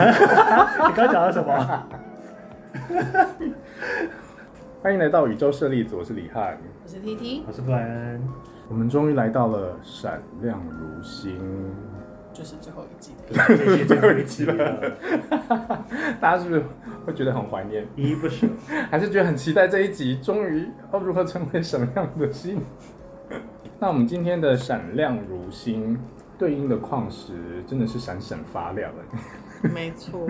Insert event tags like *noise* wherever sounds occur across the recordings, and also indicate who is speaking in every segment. Speaker 1: *laughs* 刚讲了什么？
Speaker 2: *laughs* 欢迎来到宇宙射粒子，我是李翰。
Speaker 3: 我是 TT，
Speaker 1: 我是布莱恩，
Speaker 2: 我们终于来到了闪亮如星，
Speaker 3: 就是最后一季的。
Speaker 1: 这是最后一集了，
Speaker 2: 大家是不是会觉得很怀念？
Speaker 1: 依依不舍。
Speaker 2: 还是觉得很期待这一集，终于要如何成为闪亮的星？ *laughs* 那我们今天的闪亮如星对应的矿石真的是闪闪发亮了，
Speaker 3: *laughs* 没错，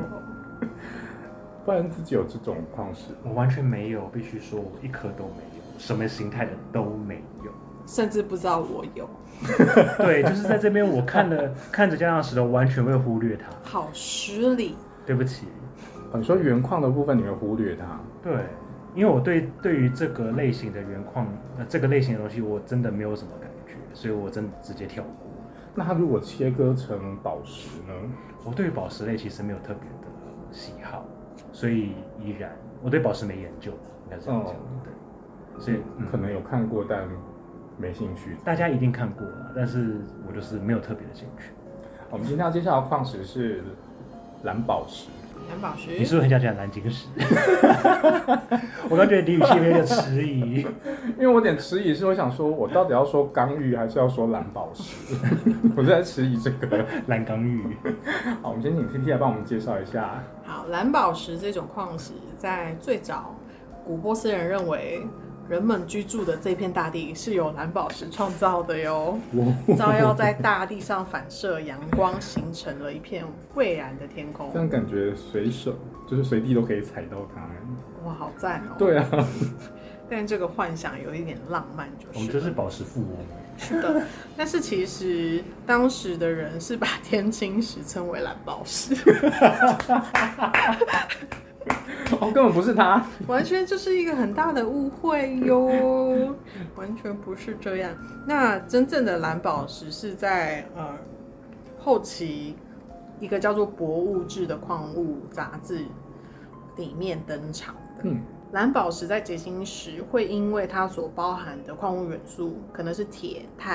Speaker 2: 不然自己有这种矿石，
Speaker 1: 我完全没有，必须说我一颗都没有，什么形态的都没有。
Speaker 3: 甚至不知道我有，
Speaker 1: 对，就是在这边我看了看着加上石头，完全会忽略它。
Speaker 3: 好失礼。
Speaker 1: 对不起，
Speaker 2: 哦你说原矿的部分你会忽略它，
Speaker 1: 对，因为我对对于这个类型的原矿，呃，这个类型的东西，我真的没有什么感觉，所以我真的直接跳过。
Speaker 2: 那它如果切割成宝石呢？
Speaker 1: 我对于宝石类其实没有特别的喜好，所以依然我对宝石没研究，应该是这样讲。
Speaker 2: 哦
Speaker 1: 对，所以、嗯
Speaker 2: 可能有看过，但没兴趣。
Speaker 1: 大家一定看过啊，但是我就是没有特别的兴趣。
Speaker 2: 我们今天要介绍的矿石是蓝宝石，
Speaker 3: 蓝宝
Speaker 1: 你是
Speaker 3: 石，
Speaker 1: 不是很想讲蓝晶
Speaker 3: *laughs*
Speaker 1: 石？我刚觉得你语气有点迟疑。
Speaker 2: 因为我有点迟疑，是我想说我到底要说刚玉还是要说蓝宝石？我在迟疑这个。
Speaker 1: 蓝刚玉，
Speaker 2: 好，我们先请 T T 来帮我们介绍一下。
Speaker 3: 好，蓝宝石这种矿石在最早，古波斯人认为人们居住的这片大地是由蓝宝石创造的
Speaker 1: *laughs*
Speaker 3: 哟。照耀在大地上反射阳光，形成了一片蔚蓝的天空
Speaker 2: 这。样感觉随手就是随地都可以踩到它。
Speaker 3: 哇，好赞哦！，
Speaker 2: 对啊，
Speaker 3: 但这个幻想有一点浪漫，就是
Speaker 1: 我们就是宝石富翁。
Speaker 3: 是的，但是其实当时的人是把天青石称为蓝宝石，
Speaker 2: 哦，根本不是它。
Speaker 3: 完全就是一个很大的误会哟，完全不是这样。那真正的蓝宝石是在呃后期一个叫做《博物志》的矿物杂志里面登场的。
Speaker 2: 嗯，
Speaker 3: 蓝宝石在结晶时，会因为它所包含的矿物元素，可能是铁、钛、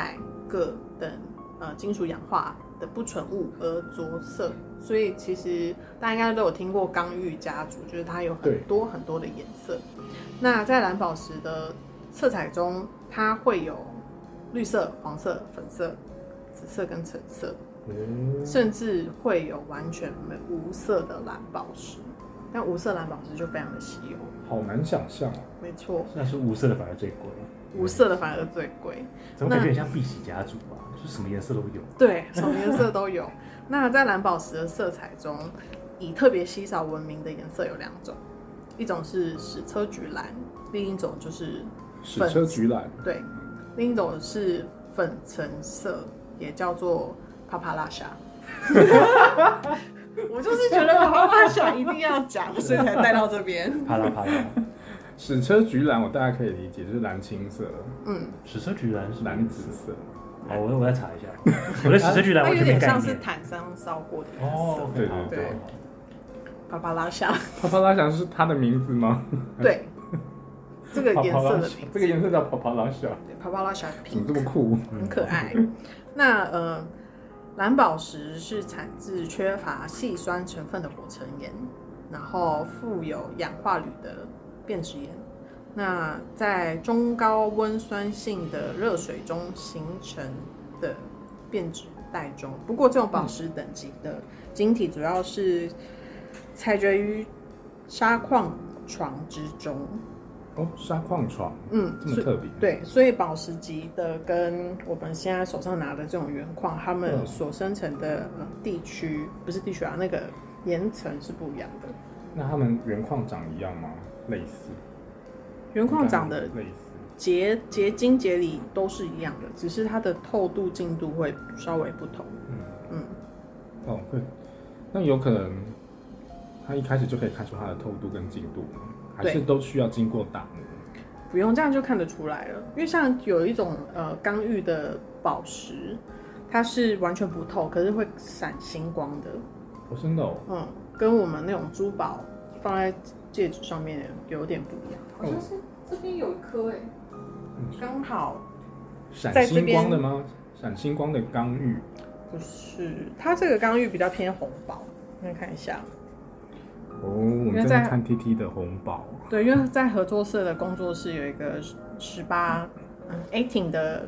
Speaker 3: 铬等呃金属氧化的不纯物而着色。所以其实大家应该都有听过刚玉家族，就是它有
Speaker 2: 对
Speaker 3: 很多很多的颜色。那在蓝宝石的色彩中，它会有绿色、黄色、粉色、紫色跟橙色。
Speaker 2: 嗯
Speaker 3: 甚至会有完全没无色的蓝宝石，但无色蓝宝石就非常的稀有。
Speaker 2: 好难想象哦。
Speaker 3: 没错，
Speaker 1: 那是无色的反而最贵，
Speaker 3: 无色的反而最贵。
Speaker 1: 怎么感觉很像碧玺家族啊？就是什么颜色都有。
Speaker 3: 对，什么颜色都有。那在蓝宝石的色彩中，以特别稀少闻名的颜色有两种，一种是矢车菊蓝，另一种就是
Speaker 2: 矢车菊兰，
Speaker 3: 对，另一种是粉橙色，也叫做帕帕拉莎。我就是觉得帕帕拉莎一定要讲，所以才带到这边。
Speaker 1: 啪啦啪
Speaker 3: *laughs*
Speaker 1: 啦，
Speaker 2: 矢车菊兰我大概可以理解，就是蓝青色、
Speaker 3: 嗯，
Speaker 1: 史车菊兰是蓝
Speaker 2: 蓝紫色。
Speaker 1: 哦，我我再查一下，我对史诗巨兰完
Speaker 3: 它有
Speaker 1: 全没
Speaker 3: 点
Speaker 1: 概
Speaker 3: 像是
Speaker 1: 念。
Speaker 3: 坦桑烧过的颜
Speaker 1: 哦
Speaker 3: 色，，
Speaker 2: 对
Speaker 1: 好
Speaker 2: 对
Speaker 3: 对帕帕
Speaker 1: *laughs*
Speaker 3: 拉莎。
Speaker 2: 帕帕拉小是它的名字吗？
Speaker 3: 对，这个颜色的
Speaker 2: 这个颜色叫帕帕拉小，啊
Speaker 3: 对帕帕拉莎
Speaker 2: 怎么
Speaker 3: 瓶
Speaker 2: 这么嗯酷？
Speaker 1: 嗯
Speaker 3: 很可爱。那呃，蓝宝石是产自缺乏细酸成分的火成岩，然后富有氧化铝的变质岩。那在中高温酸性的热水中形成的变质带中，不过这种宝石等级的晶体主要是采决于砂矿床之中。
Speaker 2: 哦，砂矿床，
Speaker 3: 嗯，
Speaker 2: 这么特别。
Speaker 3: 对，所以宝石级的跟我们现在手上拿的这种原矿，它们
Speaker 2: 嗯
Speaker 3: 所生成的、呃地区不是地区啊，那个岩层是不一样的。
Speaker 2: 那它们原矿长一样吗？类似。
Speaker 3: 原矿长的
Speaker 2: 类似。
Speaker 3: 结结晶结理都是一样的，只是它的透度进度会稍微不同。
Speaker 2: 嗯
Speaker 3: 嗯，
Speaker 2: 哦，会。那有可能，它一开始就可以看出它的透度跟进度吗？还是
Speaker 3: 对
Speaker 2: 都需要经过打磨？
Speaker 3: 不用这样就看得出来了，因为像有一种呃刚玉的宝石，它是完全不透，可是会闪星光的。
Speaker 2: 我真的哦，
Speaker 3: 嗯，跟我们那种珠宝放在戒指上面有点不一样。
Speaker 4: 好像是这边有一颗哎、
Speaker 3: 刚好
Speaker 2: 闪
Speaker 3: 在这
Speaker 2: 星光
Speaker 3: 边
Speaker 2: 的吗？闪星光的刚玉，
Speaker 3: 不是，它这个刚玉比较偏红宝，你看一下，
Speaker 2: 哦，我们
Speaker 3: 因为
Speaker 2: 正
Speaker 3: 在
Speaker 2: 在看 T T 的红宝，
Speaker 3: 对，因为在合作社的工作室有一个十八嗯 eighteen 的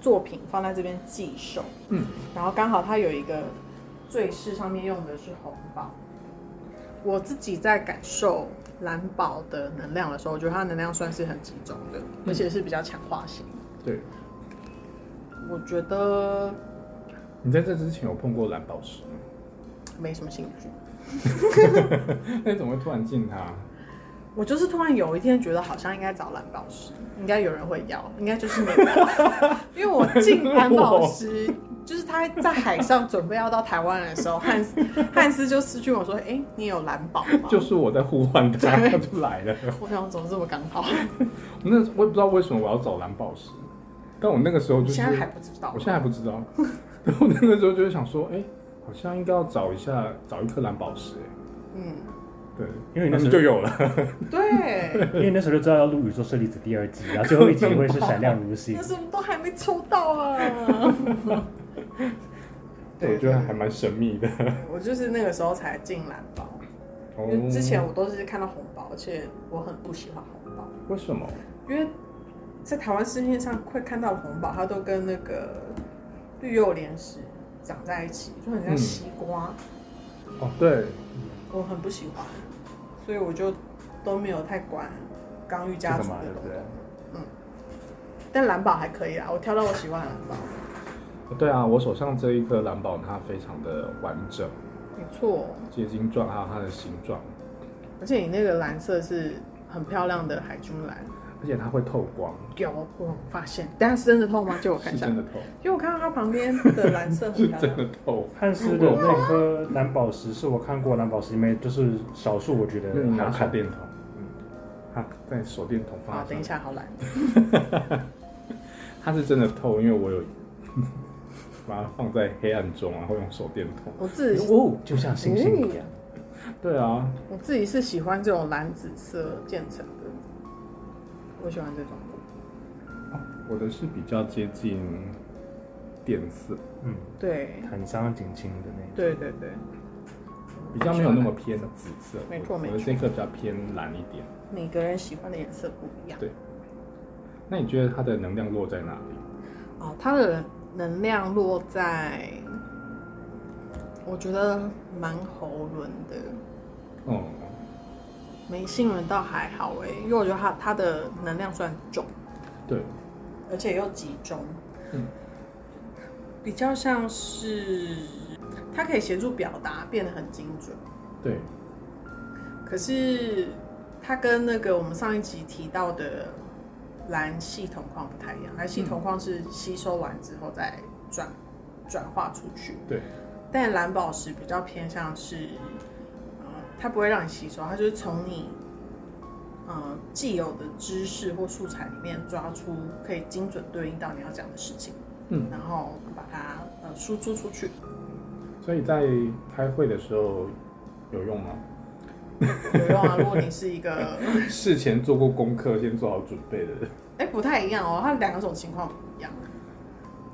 Speaker 3: 作品放在这边寄售，
Speaker 2: 嗯，
Speaker 3: 然后刚好它有一个最饰上面用的是红宝。我自己在感受蓝宝的能量的时候，我觉得它的能量算是很集中的，而且是比较强化型。
Speaker 2: 对
Speaker 3: 我觉得
Speaker 2: 你在这之前有碰过蓝宝石吗？
Speaker 3: 没什么兴趣。
Speaker 2: 那哎你怎么会突然进它？
Speaker 3: 我就是突然有一天觉得好像应该找蓝宝石，应该有人会要，应该就是你我，因为我进蓝宝石，就是他在海上准备要到台湾的时候，汉斯 *laughs* 汉斯就私讯我说：“哎、你有蓝宝吗？”
Speaker 2: 就是我在呼唤它，它就来了。
Speaker 3: 我想怎么这么刚好？
Speaker 2: 那我也不知道为什么我要找蓝宝石，但我那个时候
Speaker 3: 你
Speaker 2: 就是，
Speaker 3: 现在还不知道
Speaker 2: 我？现在还不知道。然后那个时候就是想说，哎、好像应该要找一下，找一颗蓝宝石、哎，
Speaker 3: 嗯，
Speaker 2: 对，
Speaker 1: 因为你
Speaker 2: 那
Speaker 1: 那时
Speaker 2: 你
Speaker 1: 候
Speaker 2: 就有了。
Speaker 3: 对，
Speaker 1: 因为那时候就知道要录《宇宙射粒子》第二季，然后最后一集会是闪亮如
Speaker 3: *laughs*
Speaker 1: 星
Speaker 3: 但。是我们都还没抽到啊。
Speaker 2: *laughs* 我觉得还蛮神秘的。
Speaker 3: 我就是那个时候才进蓝宝，因
Speaker 2: 哦
Speaker 3: 为之前我都是看到红包，而且我很不喜欢红包。
Speaker 2: 为什么？
Speaker 3: 因为在台湾市面上会看到红宝，它都跟那个绿幼莲石长在一起，就很像西瓜，
Speaker 2: 哦，对，
Speaker 3: 我很不喜欢，所以我就都没有太管刚玉家
Speaker 2: 这
Speaker 3: 族
Speaker 2: 个嘛，
Speaker 3: 的
Speaker 2: 对
Speaker 3: 东
Speaker 2: 不
Speaker 3: 西。
Speaker 2: 对？
Speaker 3: 但蓝宝还可以啦，啊我挑到我喜欢的蓝宝，
Speaker 2: 对啊，我手上这一颗蓝宝，它非常的完整，
Speaker 3: 没错。
Speaker 2: 结晶状还有它的形状，
Speaker 3: 而且你那个蓝色是很漂亮的海军蓝，
Speaker 2: 而且它会透光，
Speaker 3: 有我发现，但它是真的透吗？借我看
Speaker 2: 是
Speaker 3: 一
Speaker 2: *laughs*
Speaker 3: 下，
Speaker 2: 真的
Speaker 3: 因
Speaker 2: 透，
Speaker 3: 为我看到它旁边的蓝色很
Speaker 2: 是 *laughs*
Speaker 3: 漂
Speaker 2: 真
Speaker 3: 亮。
Speaker 2: 的透。
Speaker 1: 汉斯的那颗蓝宝石是我看过蓝宝石里面就是少数我觉
Speaker 2: 那
Speaker 1: 得
Speaker 2: 你
Speaker 1: 好
Speaker 2: 拿手
Speaker 1: 看。
Speaker 2: 电筒，嗯，它在手电筒放
Speaker 3: 好，
Speaker 2: 在
Speaker 3: 啊等一
Speaker 2: 上
Speaker 3: 下，好蓝，
Speaker 2: 它是真的透，因为我有 *laughs* 把它放在黑暗中啊，会用手电筒。
Speaker 3: 我
Speaker 2: *laughs*
Speaker 3: 自己
Speaker 1: 哦，就像星星一样。
Speaker 2: 对啊，
Speaker 3: 我自己是喜欢这种蓝紫色渐层的，我喜欢这种。
Speaker 2: 我的是比较接近电色，
Speaker 1: 嗯，
Speaker 3: 对，
Speaker 1: 很伤景清的那种。
Speaker 3: 对对对，
Speaker 2: 比较没有那么偏紫色。
Speaker 3: 没错
Speaker 2: 我
Speaker 3: 没
Speaker 2: 我的
Speaker 3: 错
Speaker 2: 这颗比较偏蓝一点。
Speaker 3: 每个人喜欢的颜色不一样。
Speaker 2: 对那你觉得它的能量落在哪里？
Speaker 3: 哦，它的能量落在，我觉得蛮喉轮的，
Speaker 2: 哦、
Speaker 3: 眉心轮倒还好哎，因为我觉得它它的能量算重，
Speaker 2: 对，
Speaker 3: 而且又集中，
Speaker 2: 嗯，
Speaker 3: 比较像是它可以协助表达变得很精准。
Speaker 2: 对，
Speaker 3: 可是它跟那个我们上一集提到的蓝系统框不太一样，蓝系统框是吸收完之后再转转化出去，
Speaker 2: 对，
Speaker 3: 但蓝宝石比较偏向是，呃，它不会让你吸收，它就是从你。呃，既有的知识或素材里面抓出可以精准对应到你要讲的事情，
Speaker 2: 嗯。
Speaker 3: 然后把它呃输出出去。
Speaker 2: 所以在开会的时候有用吗？ *laughs*
Speaker 3: 有用啊，如果你是一个
Speaker 2: 事前做过功课，先做好准备的人。
Speaker 3: 哎，不太一样哦，它两种情况不一样。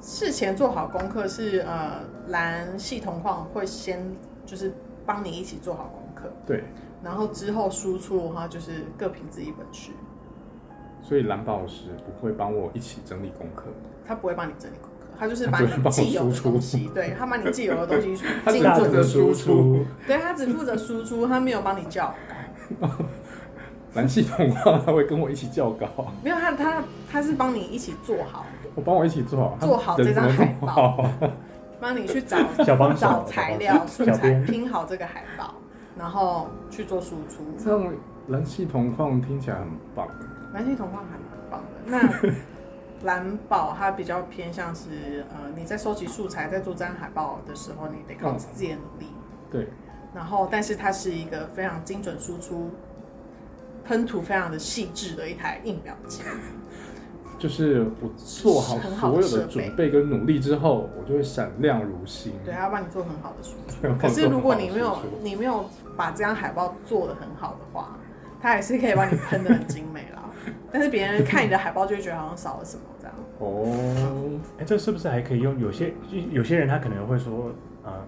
Speaker 3: 事前做好功课是呃，蓝系统框会先就是帮你一起做好功课，
Speaker 2: 对，
Speaker 3: 然后之后输出的话就是各凭自己本事，
Speaker 2: 所以蓝宝石不会帮我一起整理功课，
Speaker 3: 他不会帮你整理功课，他就是把
Speaker 2: 它只会
Speaker 3: 你
Speaker 2: 帮我
Speaker 3: 既有的
Speaker 2: 输出
Speaker 3: 东西，对他把你既有
Speaker 2: *laughs*
Speaker 3: 的东西
Speaker 2: 它
Speaker 3: 精
Speaker 2: 只
Speaker 1: 大
Speaker 2: 负
Speaker 1: 量
Speaker 2: 责
Speaker 1: 的
Speaker 3: 准，
Speaker 2: 输
Speaker 1: 输
Speaker 2: 出
Speaker 1: 出，
Speaker 3: 对他只负责输出，他没有帮你教改，
Speaker 2: 蓝系统的话，它会跟我一起校稿，
Speaker 3: 没有他他他是帮你一起做好，
Speaker 2: 我帮我一起做好，它
Speaker 3: 做好这张
Speaker 2: 人怎
Speaker 3: 海
Speaker 2: 么做
Speaker 3: 报
Speaker 2: 好。 *laughs*
Speaker 3: 帮你去找
Speaker 1: 小帮手
Speaker 3: 找材料、素
Speaker 1: 小
Speaker 3: 材，
Speaker 1: 编
Speaker 3: 拼好这个海报，然后去做输出。
Speaker 2: 这样蓝系统框听起来很棒，
Speaker 3: 蓝系同框还蛮棒的。那 *laughs* 蓝宝它比较偏向是呃，你在收集素材、在做这张海报的时候，你得靠自己的努力。
Speaker 2: 对，
Speaker 3: 然后，但是它是一个非常精准输出、喷涂非常的细致的一台印表机。
Speaker 2: 就是我做好所有的准备跟努力之后，我就会闪亮如星。
Speaker 3: 对，它帮你做很好的输出。
Speaker 2: 对
Speaker 3: 可是如果你没
Speaker 2: 我
Speaker 3: 有
Speaker 2: 帮我做好的输出
Speaker 3: 你没有把这张海报做的很好的话，它还是可以把你喷的很精美啦。但是别人看你的海报就会觉得好像少了什么这样。
Speaker 2: 哦，
Speaker 1: 哎，这是不是还可以用？呃有些有些人他可能会说，啊、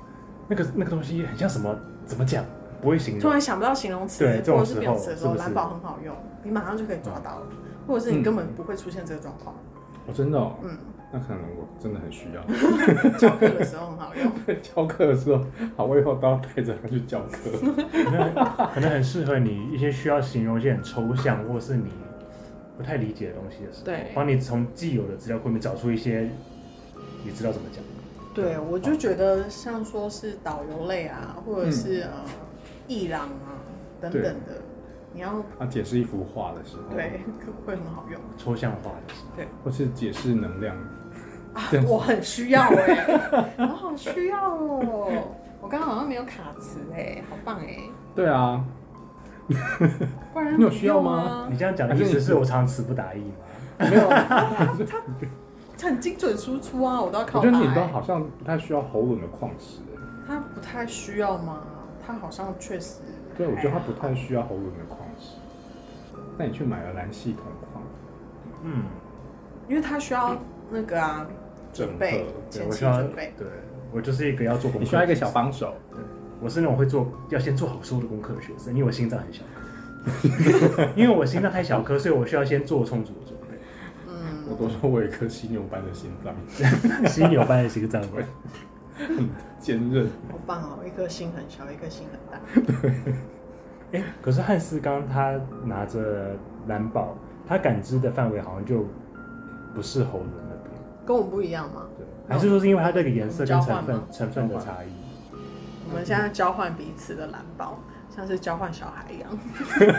Speaker 1: 那个那个东西很像什么？怎么讲？不会形
Speaker 3: 突
Speaker 1: 容
Speaker 3: 然。想不到形容词
Speaker 1: 对这
Speaker 3: 或
Speaker 1: 种
Speaker 3: 者是
Speaker 1: 时候
Speaker 3: 表词的时
Speaker 1: 是
Speaker 3: 候，
Speaker 1: 不是
Speaker 3: 蓝宝很好用，你马上就可以抓到了，
Speaker 2: 嗯
Speaker 3: 或者是你根本不会出现这个状况。
Speaker 2: 哦，真的、哦，
Speaker 3: 嗯，
Speaker 2: 那可能我真的很需要。 *laughs*
Speaker 3: 教课的时候很好用。
Speaker 2: 教课的时候，好，我以后都要带着它去教课。 *laughs*
Speaker 1: 可能可能很适合你一些需要形容一些很抽象或是你不太理解的东西的时候，
Speaker 3: 对
Speaker 1: 帮你从既有的资料库里面找出一些你知道怎么讲。
Speaker 3: 对，我就觉得像说是导游类啊，或者是、
Speaker 2: 嗯
Speaker 3: 呃艺廊啊等等的，你要
Speaker 2: 啊，解释一幅画的时候，
Speaker 3: 对，会很好用。
Speaker 1: 抽象化的事，
Speaker 2: 或是解释能量，
Speaker 3: 啊
Speaker 2: 这样，
Speaker 3: 我很需要哎、
Speaker 2: *laughs*
Speaker 3: 我好需要哦。我刚刚好像没有卡词哎、好棒哎、
Speaker 2: 对啊，
Speaker 3: 不然
Speaker 2: 你有需要
Speaker 3: 用
Speaker 2: 吗
Speaker 3: 啊
Speaker 1: 你？这样讲的
Speaker 2: 还
Speaker 1: 意
Speaker 2: 是
Speaker 1: 思
Speaker 2: 你
Speaker 1: 是我常词不达意吗？
Speaker 2: 没有， *laughs*
Speaker 3: 它很精准输出啊，我都要
Speaker 2: 我
Speaker 3: 靠
Speaker 2: 觉得
Speaker 3: 它、
Speaker 2: 你都
Speaker 3: 欸。
Speaker 2: 好像不太需要喉咙的矿石欸，
Speaker 3: 它不太需要吗？它好像确实。
Speaker 2: 对，我觉得
Speaker 3: 哎
Speaker 2: 它不太需要喉咙的矿石。那你去买了蓝系统矿，
Speaker 1: 嗯，
Speaker 3: 因为它需要那个啊，准备
Speaker 2: 对
Speaker 3: 前
Speaker 1: 我
Speaker 3: 期
Speaker 1: 需要，
Speaker 3: 准备
Speaker 1: 对。我就是一个要做功课，
Speaker 2: 你需要一个小，帮手，
Speaker 1: 我是那种会做要先做好所有的功课的学生，因为我心脏很 *laughs* 小颗，因为我心脏太小颗，所以我需要先做充足的准备。
Speaker 3: 嗯，
Speaker 2: 我都说我有一颗犀牛般的心 *laughs* 脏，
Speaker 1: 犀牛般的心脏，
Speaker 2: 坚韧。
Speaker 3: 好棒哦，一颗心很小，一颗心很大。
Speaker 1: 哎、可是汉斯刚他拿着蓝宝，他感知的范围好像就不是喉轮那边，
Speaker 3: 跟我们不一样吗？
Speaker 1: 对，还是说是因为它这个颜色跟
Speaker 3: 哦交换
Speaker 1: 成
Speaker 3: 吗
Speaker 1: 分成分的
Speaker 2: 交换
Speaker 1: 差异？
Speaker 3: 我们现在交换彼此的蓝宝，像是交换小孩一样。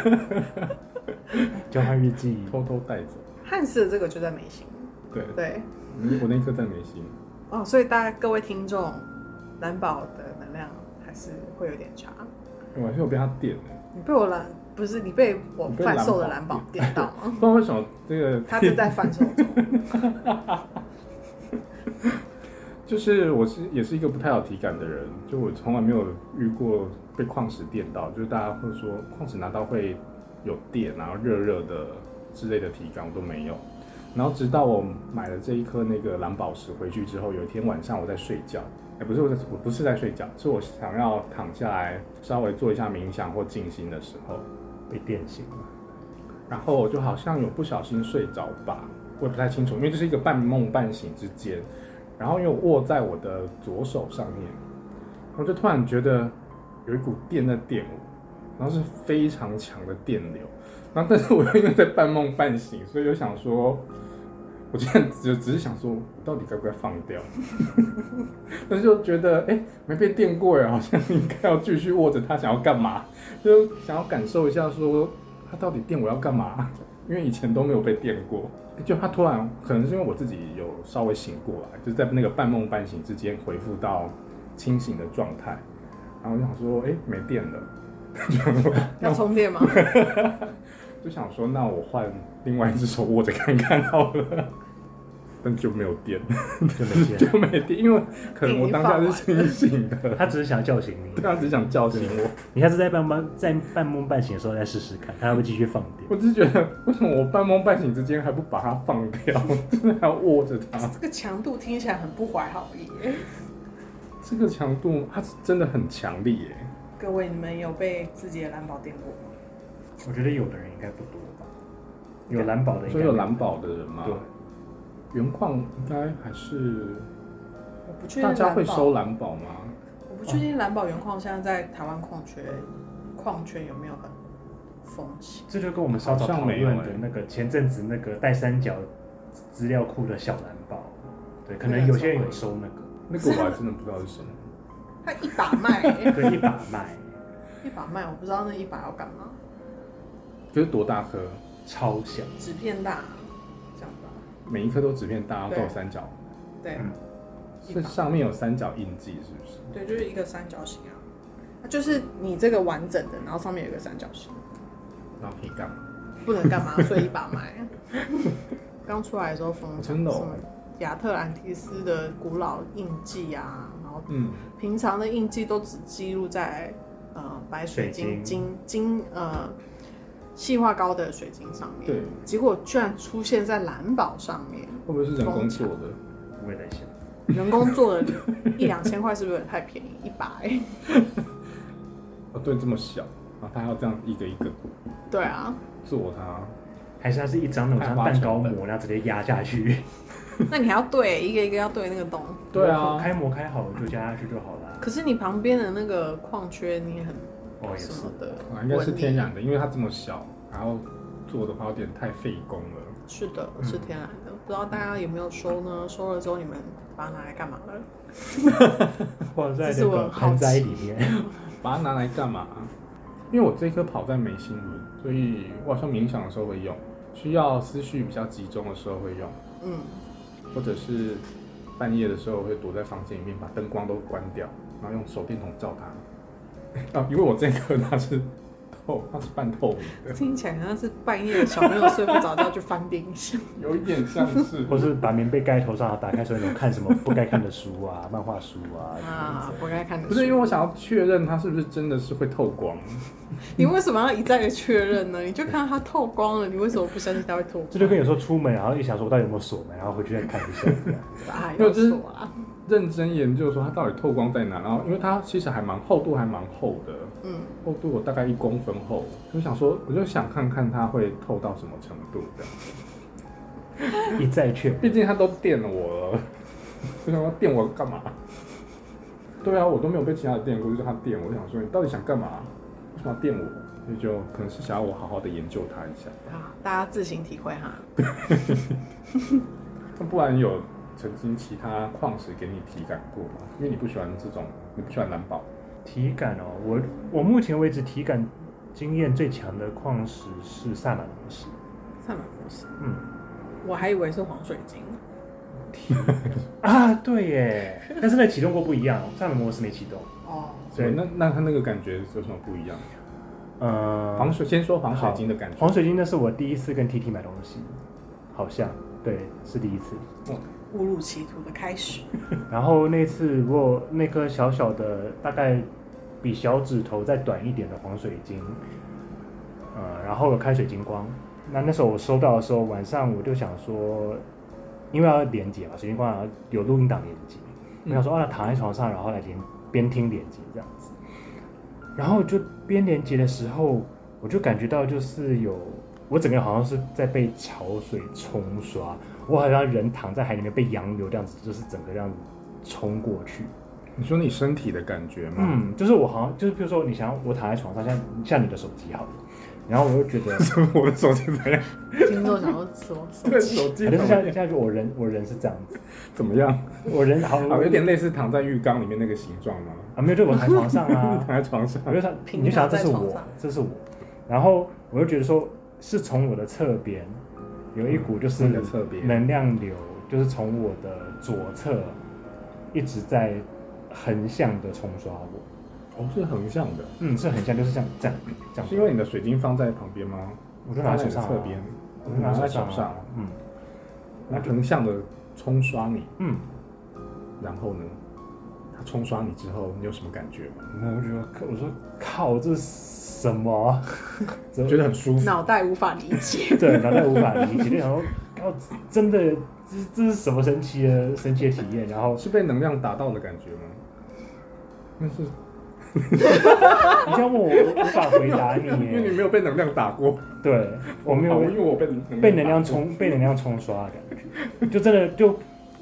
Speaker 1: 交换日记，
Speaker 2: 偷偷带走。
Speaker 3: 汉斯的这个就在眉心，
Speaker 2: 对，
Speaker 3: 对
Speaker 2: 嗯我那颗在眉心。
Speaker 3: 哦，所以大家各位听众，蓝宝的能量还是会有点差。
Speaker 2: 哎我还是有被它电的，
Speaker 3: 你被我蓝不是你被我
Speaker 2: 你被
Speaker 3: 贩售的蓝
Speaker 2: 蓝
Speaker 3: 宝
Speaker 2: 宝
Speaker 3: 电到吗？
Speaker 2: 不知道为什么这个
Speaker 3: 哦他正在贩售
Speaker 2: *laughs*
Speaker 3: 中。
Speaker 2: 就是我是也是一个不太有体感的人，就我从来没有遇过被矿石电到，就是大家会说矿石拿到会有电，然后热热的之类的体感我都没有。然后直到我买了这一颗那个蓝宝石回去之后，有一天晚上我在睡觉，哎，不是我在，我不是在睡觉，是我想要躺下来稍微做一下冥想或静心的时候，
Speaker 1: 被电醒了。
Speaker 2: 然后我就好像有不小心睡着吧，我也不太清楚，因为这是一个半梦半醒之间。然后因为我握在我的左手上面，我就突然觉得有一股电在电我，然后是非常强的电流。然后但是我又因为在半梦半醒，所以就想说，我竟然只只是想说，我到底该不该放掉？但是就觉得哎、没被电过哎，好像应该要继续握着它，想要干嘛？就想要感受一下说他到底电我要干嘛？因为以前都没有被电过，就他突然可能是因为我自己有稍微醒过来，就是在那个半梦半醒之间恢复到清醒的状态，然后我就想说，哎、没电了，
Speaker 3: 要充电吗？
Speaker 2: 就想说那我换另外一只手握着看看好了，但就没有电，
Speaker 1: 就没 *laughs* 见。
Speaker 2: 就没电，因为可能我当下是清醒的，
Speaker 1: 他只是想叫醒你，
Speaker 2: 他只想叫醒我。
Speaker 1: 你下次在半梦在半梦半醒的时候再试试看，看他会继续放
Speaker 2: 我
Speaker 1: 电。
Speaker 2: 只是觉得，为什么我半梦半醒之间还不把它放掉，就是还要握着它？
Speaker 3: 这个强度听起来很不怀好意耶。
Speaker 2: 这个强度它是真的很强力耶。
Speaker 3: 各位，你们有被自己的蓝宝电过吗？
Speaker 1: 我觉得有的人应该不多吧，有蓝宝的应
Speaker 2: 所
Speaker 1: 该
Speaker 2: 以有蓝宝的啊人嘛，
Speaker 1: 对，
Speaker 2: 原矿应该还是
Speaker 3: 我不确定
Speaker 2: 大
Speaker 3: 蓝宝
Speaker 2: 家会收蓝宝吗？
Speaker 3: 我不确定蓝宝原矿现在在台湾矿圈矿圈有没有很风行。
Speaker 1: 这就跟我们稍早讨论的那个前阵子那个带三角资料库的小蓝宝，对，可能有些人有收那个，
Speaker 2: 那个我还真的不知道是 *laughs* 什么。
Speaker 3: 它一把卖、 *laughs* 欸
Speaker 1: 对，一把卖
Speaker 3: 一把卖，我不知道那一把要干嘛，
Speaker 2: 可是多大颗？
Speaker 1: 超小，
Speaker 3: 纸片大这样吧？
Speaker 2: 每一颗都纸片大，
Speaker 3: 对
Speaker 2: 都有三角，
Speaker 3: 对
Speaker 1: 嗯，
Speaker 3: 一
Speaker 2: 是
Speaker 3: 把
Speaker 2: 上面有三角印记，是不是？
Speaker 3: 对，就是一个三角形啊，它就是你这个完整的，然后上面有一个三角形，
Speaker 2: 然后可以干嘛？
Speaker 3: 不能干嘛，所以一把卖。刚出来的时候疯抢，
Speaker 2: 真的哦
Speaker 3: 什么亚特兰蒂斯的古老印记啊，然后
Speaker 2: 嗯，
Speaker 3: 平常的印记都只记录在呃白水晶
Speaker 1: 水
Speaker 3: 晶晶呃细化膏的水晶上面，
Speaker 2: 对，
Speaker 3: 结果居然出现在蓝宝上面，
Speaker 2: 会不会是人工做的？
Speaker 1: 我也在想，
Speaker 3: 人工做的一两千块是不是有点太便宜？一百、
Speaker 2: 哦，对，这么小，然后他还要这样一个一个
Speaker 3: 对啊，
Speaker 2: 做它，
Speaker 1: 还是它是一张那种像蛋糕模，然后直接压下去。
Speaker 3: 那你还要对一个一个要对那个洞，
Speaker 2: 对啊
Speaker 1: *laughs* 开模开好就加下去就好了。
Speaker 3: 可是你旁边的那个矿缺你也很
Speaker 1: 哦，也
Speaker 3: 什
Speaker 1: 是
Speaker 3: 么，的，
Speaker 2: 啊，应该是天然的，因为它这么小，然后做的话有点太费工了。
Speaker 3: 是的，是天然的。不知道大家有没有收呢？收了之后你们把它拿来干嘛了？
Speaker 1: 放在
Speaker 3: 这是
Speaker 1: 那
Speaker 3: *laughs* 我
Speaker 1: 个
Speaker 3: 很好
Speaker 1: 盆栽
Speaker 3: 奇
Speaker 1: 里面。
Speaker 2: 把它拿来干嘛？因为我这颗跑在眉心轮，所以我好像冥想的时候会用，需要思绪比较集中的时候会用，
Speaker 3: 嗯，
Speaker 2: 或者是半夜的时候会躲在房间里面把灯光都关掉，然后用手电筒照它。 *laughs* 啊，因为我这颗它是透，它是半透明的，
Speaker 3: 听起来好像是半夜小朋友睡不着觉去翻电视。
Speaker 2: 有一点像是
Speaker 1: 或是把棉被盖头上，打开水龙头看什么不该看的书啊，漫画书啊。
Speaker 3: 啊，不该看的。
Speaker 2: 不是因为我想要确认它是不是真的是会透光，
Speaker 3: 你为什么要一再的确认呢？你就看到它透光了，你为什么不相信它会透光？
Speaker 1: 这就跟有时候出门，然后一想说我到底有没有锁门，然后回去再看一下。
Speaker 3: 啊，
Speaker 2: 没有
Speaker 3: 有
Speaker 2: 就是
Speaker 3: 锁啊。
Speaker 2: 认真研究说它到底透光在哪。然后因为它其实还蛮厚度还蛮厚的，
Speaker 3: 嗯，
Speaker 2: 厚度我大概一公分厚，我就想说，我就想看看它会透到什么程度的。
Speaker 1: 一再确
Speaker 2: 毕竟它都电了我了，我想说电我干嘛？对啊，我都没有被其他的电过，就是它电我，我想说你到底想干嘛？为什么要电我？所以就可能是想要我好好的研究它一下，
Speaker 3: 好，啊大家自行体会哈。
Speaker 2: 那不然有曾经其他矿石给你体感过吗？因为你不喜欢这种，你不喜欢蓝宝，
Speaker 1: 体感哦，我我目前为止体感经验最强的矿石是萨满模式。
Speaker 3: 萨满模式，
Speaker 1: 嗯
Speaker 3: 我还以为是黄水晶。
Speaker 1: 啊，对耶，但是那启动过不一样，萨满模式没启动。
Speaker 3: 哦，
Speaker 2: 所以
Speaker 1: 对
Speaker 2: 那那它那个感觉有什么不一样？
Speaker 1: 呃，
Speaker 2: 黄水先说黄水晶的感觉，
Speaker 1: 黄水晶那是我第一次跟 TT 买东西，好像对，是第一次。
Speaker 3: 误入歧途的开始。
Speaker 1: 然后那次我那颗小小的，大概比小指头再短一点的黄水晶，呃，然后有开水晶光。那那时候我收到的时候，晚上我就想说，因为要连接嘛，水晶光然后有录音档连接，我想说，哦，那躺在床上，然后来连边听连接这样子。然后就边连接的时候，我就感觉到就是有我整个人好像是在被潮水冲刷，我好像人躺在海里面被洋流这样子，就是整个这样子冲过去。
Speaker 2: 你说你身体的感觉吗？
Speaker 1: 嗯，就是我好像就是比如说你想要我躺在床上，像像你的手机好了，然后我又觉
Speaker 2: *laughs* *laughs*
Speaker 1: 得，哎
Speaker 2: 我的手机怎样？
Speaker 3: 听众想说什么？
Speaker 2: 这个手机怎
Speaker 1: 反正
Speaker 2: 么
Speaker 1: 像
Speaker 2: 样？
Speaker 1: 像我人我人是这样子，
Speaker 2: 怎么样？*laughs*
Speaker 1: 我人好
Speaker 2: 啊，有点类似躺在浴缸里面那个形状吗？ *laughs*
Speaker 1: 啊没有就我躺在床上啊
Speaker 2: 躺，在床上
Speaker 1: 我，就想，
Speaker 3: 平
Speaker 1: 你就想
Speaker 3: 躺
Speaker 1: 这
Speaker 3: 在
Speaker 1: 是
Speaker 3: 床
Speaker 1: 我
Speaker 3: 上，
Speaker 1: 这是我，然后我就觉得说，是从我的侧边 *laughs* 有一股就是
Speaker 2: 嗯你的侧边
Speaker 1: 能量流，就是从我的左侧一直在横向的冲刷我，
Speaker 2: 哦，是横向的，
Speaker 1: 嗯，是横向，就是像这样这样，
Speaker 2: 是因为你的水晶放在旁边吗？
Speaker 1: 我就拿在手
Speaker 2: 放在你
Speaker 1: 上、啊，
Speaker 2: 的侧边，
Speaker 1: 我就拿在手
Speaker 2: 手
Speaker 1: 上啊
Speaker 2: 上，，
Speaker 1: 嗯
Speaker 2: 那横向的冲刷你，
Speaker 1: 嗯，
Speaker 2: 然后呢，它冲刷你之后，你有什么感觉吗？
Speaker 1: 然后我就说我说靠，这是
Speaker 2: *laughs*
Speaker 1: 什么？这
Speaker 2: 觉得很舒服，
Speaker 3: 脑袋无法理
Speaker 1: *laughs*
Speaker 3: 解。
Speaker 1: 对，然后再无法理解，就想说，靠，真的这这是什么神奇的神奇的体验？然后
Speaker 2: 是被能量打到的感觉吗？那是
Speaker 1: 你这样问我，我无法回答你
Speaker 2: *laughs* 因为你
Speaker 1: 耶。
Speaker 2: 没有被能量打过，
Speaker 1: 对，我没
Speaker 2: 好
Speaker 1: 有
Speaker 2: 因为我被能
Speaker 1: 被能量
Speaker 2: 打过，
Speaker 1: 冲被能量冲刷的感觉，就真的就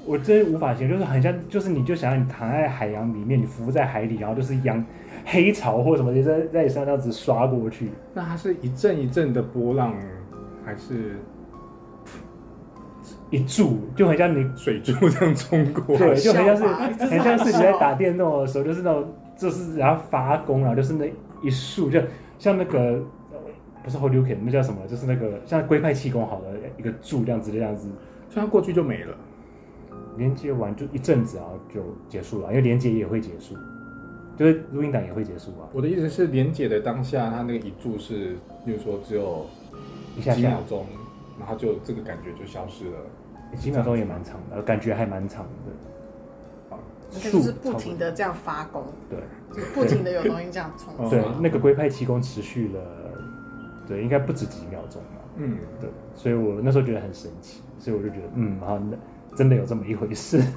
Speaker 1: 我真的无法形容，就是很像，就是你就想让你躺在海洋里面，你浮在海里，然后就是洋黑潮或什么的在在你身上这样子刷过去，
Speaker 2: 那它是一阵一阵的波浪，还是
Speaker 1: 一注就很像你
Speaker 2: 水柱这样冲过？
Speaker 1: 对，就很像
Speaker 3: *laughs* 笑吧
Speaker 1: 是
Speaker 3: 这是
Speaker 1: 很像是你在
Speaker 3: 好笑
Speaker 1: 打电动的时候，就是那种就是然后发功，然后就是那一束，就像那个呃不是 Hold You Can，那叫什么？就是那个像龟派气功好的一个柱这样子这样子。
Speaker 2: 像它过去就没了。
Speaker 1: 连接完就一阵子，然后就结束了，因为连接也会结束，啊就是录音档也会结束啊，
Speaker 2: 我的意思是，连接的当下，它那个一注是，例如说只有
Speaker 1: 一下
Speaker 2: 几
Speaker 1: 下
Speaker 2: 秒钟，然后就这个感觉就消失了。
Speaker 1: 几秒钟也蛮长的，感觉还蛮长的。
Speaker 3: 那嗯就是不停的这样发功，
Speaker 1: 对
Speaker 3: 就是不停的有东西这样冲
Speaker 2: 哦
Speaker 1: 对
Speaker 3: 刷，。
Speaker 1: 那个龟派气功持续了，对，应该不止几秒钟吧。
Speaker 2: 嗯，
Speaker 1: 对，所以我那时候觉得很神奇，所以我就觉得，嗯，好，那真的有这么一回事。 *laughs*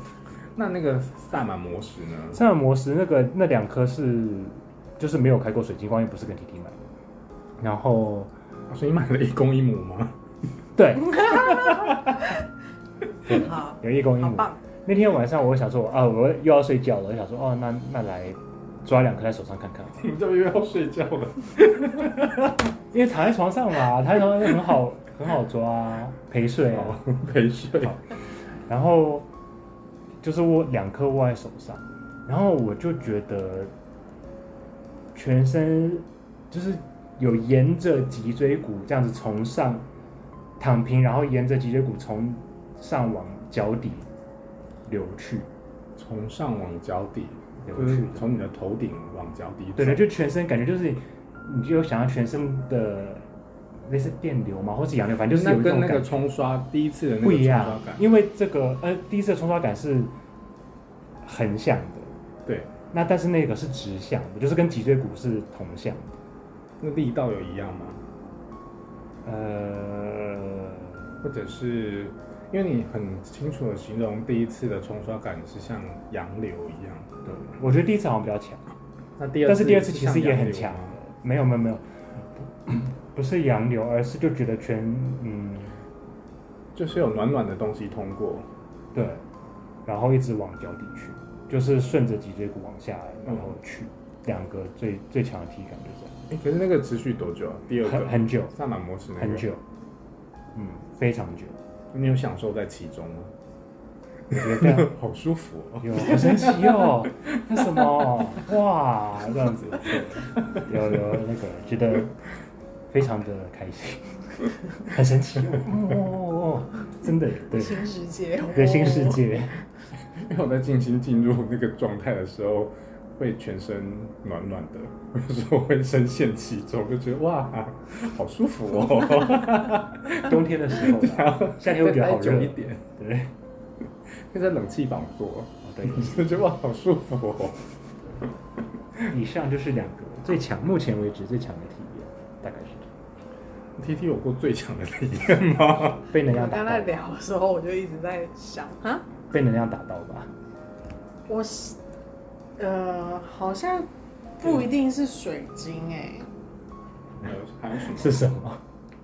Speaker 2: 那那个萨满模式呢？
Speaker 1: 萨满模式那个那两颗是就是没有开过水晶光，又不是跟 T T 买的。然后
Speaker 2: 啊所以买了一公一母吗？ *laughs*
Speaker 3: *laughs*
Speaker 1: 对，嗯
Speaker 3: 好，
Speaker 1: 有一公一
Speaker 3: 好
Speaker 1: 母。
Speaker 3: 棒，
Speaker 1: 那天晚上我想说啊，我又要睡觉了，我想说哦，那那来抓两颗在手上看看，
Speaker 2: 你这又要睡觉了，
Speaker 1: 因为躺在床上嘛，躺在床上就很好 *laughs* 很好抓啊，陪睡啊。
Speaker 2: 哦陪睡。
Speaker 1: 然后就是我两颗握在手上，然后我就觉得全身就是有沿着脊椎骨这样子从上躺平，然后沿着脊椎骨从上往脚底流去，
Speaker 2: 从上往脚底，
Speaker 1: 流
Speaker 2: 就
Speaker 1: 去
Speaker 2: 是
Speaker 1: 的
Speaker 2: 从你的头顶往脚底走。
Speaker 1: 对的，就全身感觉就是你就想要全身的类似电流嘛，或是洋流，反正就是
Speaker 2: 那
Speaker 1: 有一
Speaker 2: 跟
Speaker 1: 种
Speaker 2: 那个
Speaker 1: 感觉
Speaker 2: 冲刷第一次的那
Speaker 1: 不
Speaker 2: 个
Speaker 1: 一
Speaker 2: 冲
Speaker 1: 样
Speaker 2: 刷感，，
Speaker 1: 因为这个呃第一次的冲刷感是横向的。
Speaker 2: 对，
Speaker 1: 那但是那个是直向的，就是跟脊椎骨是同向的。
Speaker 2: 那力道有一样吗？
Speaker 1: 呃，
Speaker 2: 或者是因为你很清楚的形容第一次的冲刷感是像洋流一样，
Speaker 1: 对，我觉得第一次好像比较强，
Speaker 2: 那第二
Speaker 1: 但
Speaker 2: 次
Speaker 1: 是第二次其实
Speaker 2: 像
Speaker 1: 也
Speaker 2: 洋
Speaker 1: 很
Speaker 2: 流
Speaker 1: 强的
Speaker 2: 吗。
Speaker 1: 没有没有没有，不是洋流，而是就觉得全嗯
Speaker 2: 就是有暖暖的东西通过，
Speaker 1: 对，然后一直往脚底去，就是顺着脊椎骨往下来，然后去、两个最最强的体感就
Speaker 2: 哎、可是那个持续多久啊？第
Speaker 1: 是
Speaker 2: 二
Speaker 1: 这样，很
Speaker 2: 个
Speaker 1: 很久
Speaker 2: 萨满模式那个
Speaker 1: 很，久，嗯，非常久，
Speaker 2: 你有享受在其中吗？
Speaker 1: 我觉得非常
Speaker 2: 好舒服哦。
Speaker 1: 有，好神奇哦！那什么，哇，这样子，对有有那个觉得非常的开 *laughs* 心，很神奇哦哦哦，真的对，
Speaker 3: 新世界，
Speaker 1: 对新世
Speaker 3: 哦，
Speaker 1: 界，
Speaker 2: 因为我在静心进入那个状态的时候，会全身暖暖的，有时候会深陷其中，就觉得哇，好舒服
Speaker 1: *laughs*
Speaker 2: 哦。
Speaker 1: 冬天的时候啦，夏天会觉得好
Speaker 2: 再待
Speaker 1: 热
Speaker 2: 久一，点，
Speaker 1: 对，
Speaker 2: 就在冷气房做， *laughs*
Speaker 1: 哦对，
Speaker 2: 就觉得哇，好舒服哦。
Speaker 1: 以上就是两个最强，目前为止最强的体验，大概是这
Speaker 2: T T 有过最强的体验吗？
Speaker 1: 样，被能量
Speaker 3: 我
Speaker 1: 打
Speaker 3: 刚才
Speaker 1: 到，
Speaker 3: 聊的时候，我就一直在想啊，
Speaker 1: *laughs* 被能量打到吧，
Speaker 3: 我是呃，好像不一定是水晶哎、
Speaker 2: 还有呃还有什么？
Speaker 1: 是什么？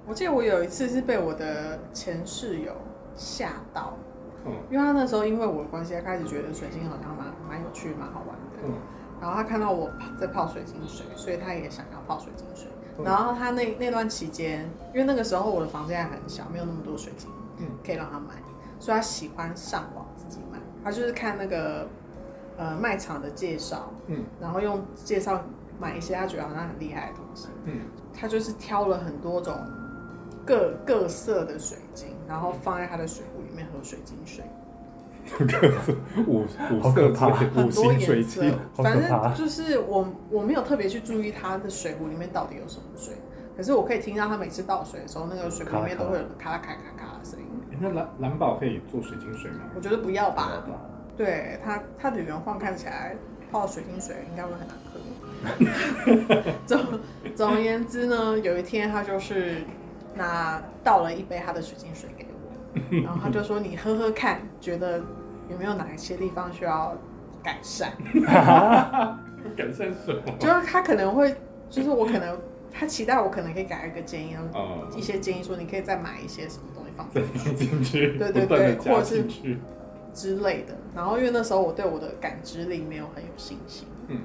Speaker 3: 我记得我有一次是被我的前室友吓到，
Speaker 2: 嗯
Speaker 3: 因为他那时候因为我的关系，他开始觉得水晶好像蛮蛮有趣、蛮好玩的。
Speaker 2: 嗯
Speaker 3: 然后他看到我泡在泡水晶水，所以他也想要泡水晶水。
Speaker 2: 嗯
Speaker 3: 然后他那那段期间，因为那个时候我的房间还很小，没有那么多水晶
Speaker 2: 嗯
Speaker 3: 可以让他买，所以他喜欢上网自己买。他就是看那个呃卖场的介绍，
Speaker 2: 嗯
Speaker 3: 然后用介绍买一些他觉得好像很厉害的东西。
Speaker 2: 嗯，
Speaker 3: 他就是挑了很多种各各色的水晶，然后放在他的水壶里面喝水晶水，
Speaker 2: *laughs* 五
Speaker 1: 好
Speaker 2: 五色
Speaker 1: 可怕
Speaker 2: 之类
Speaker 3: 很
Speaker 2: 五
Speaker 3: 多
Speaker 2: 星水
Speaker 3: 颜色
Speaker 2: 晶，。
Speaker 1: 好可怕
Speaker 3: 反正就是我我没有特别去注意他的水壶里面到底有什么水，可是我可以听到他每次倒水的时候，那个水壶里面都会有咔啦咔咔咔的声音。
Speaker 2: 诶那蓝蓝宝可以做水晶水吗？
Speaker 3: 我觉得不要吧，
Speaker 1: 吧
Speaker 3: 对他他的原画看起来泡水晶水应该会很难喝。总总而言之呢，有一天他就是拿倒了一杯他的水晶水给我，然后他就说：“你喝喝看，觉得有没有哪一些地方需要改善
Speaker 2: 改善什么？”？
Speaker 3: 就是他可能会，就是我可能他期待我可能可以给他一个建议，然后
Speaker 2: 哦，
Speaker 3: 一些建议说你可以再买一些什么东西放进
Speaker 2: 再
Speaker 3: 去。
Speaker 2: 放进去，
Speaker 3: 对对
Speaker 2: 不断地
Speaker 3: 对
Speaker 2: 加
Speaker 3: 或者是
Speaker 2: 进去，
Speaker 3: 之类的。然后因为那时候我对我的感知力没有很有信心，
Speaker 2: 嗯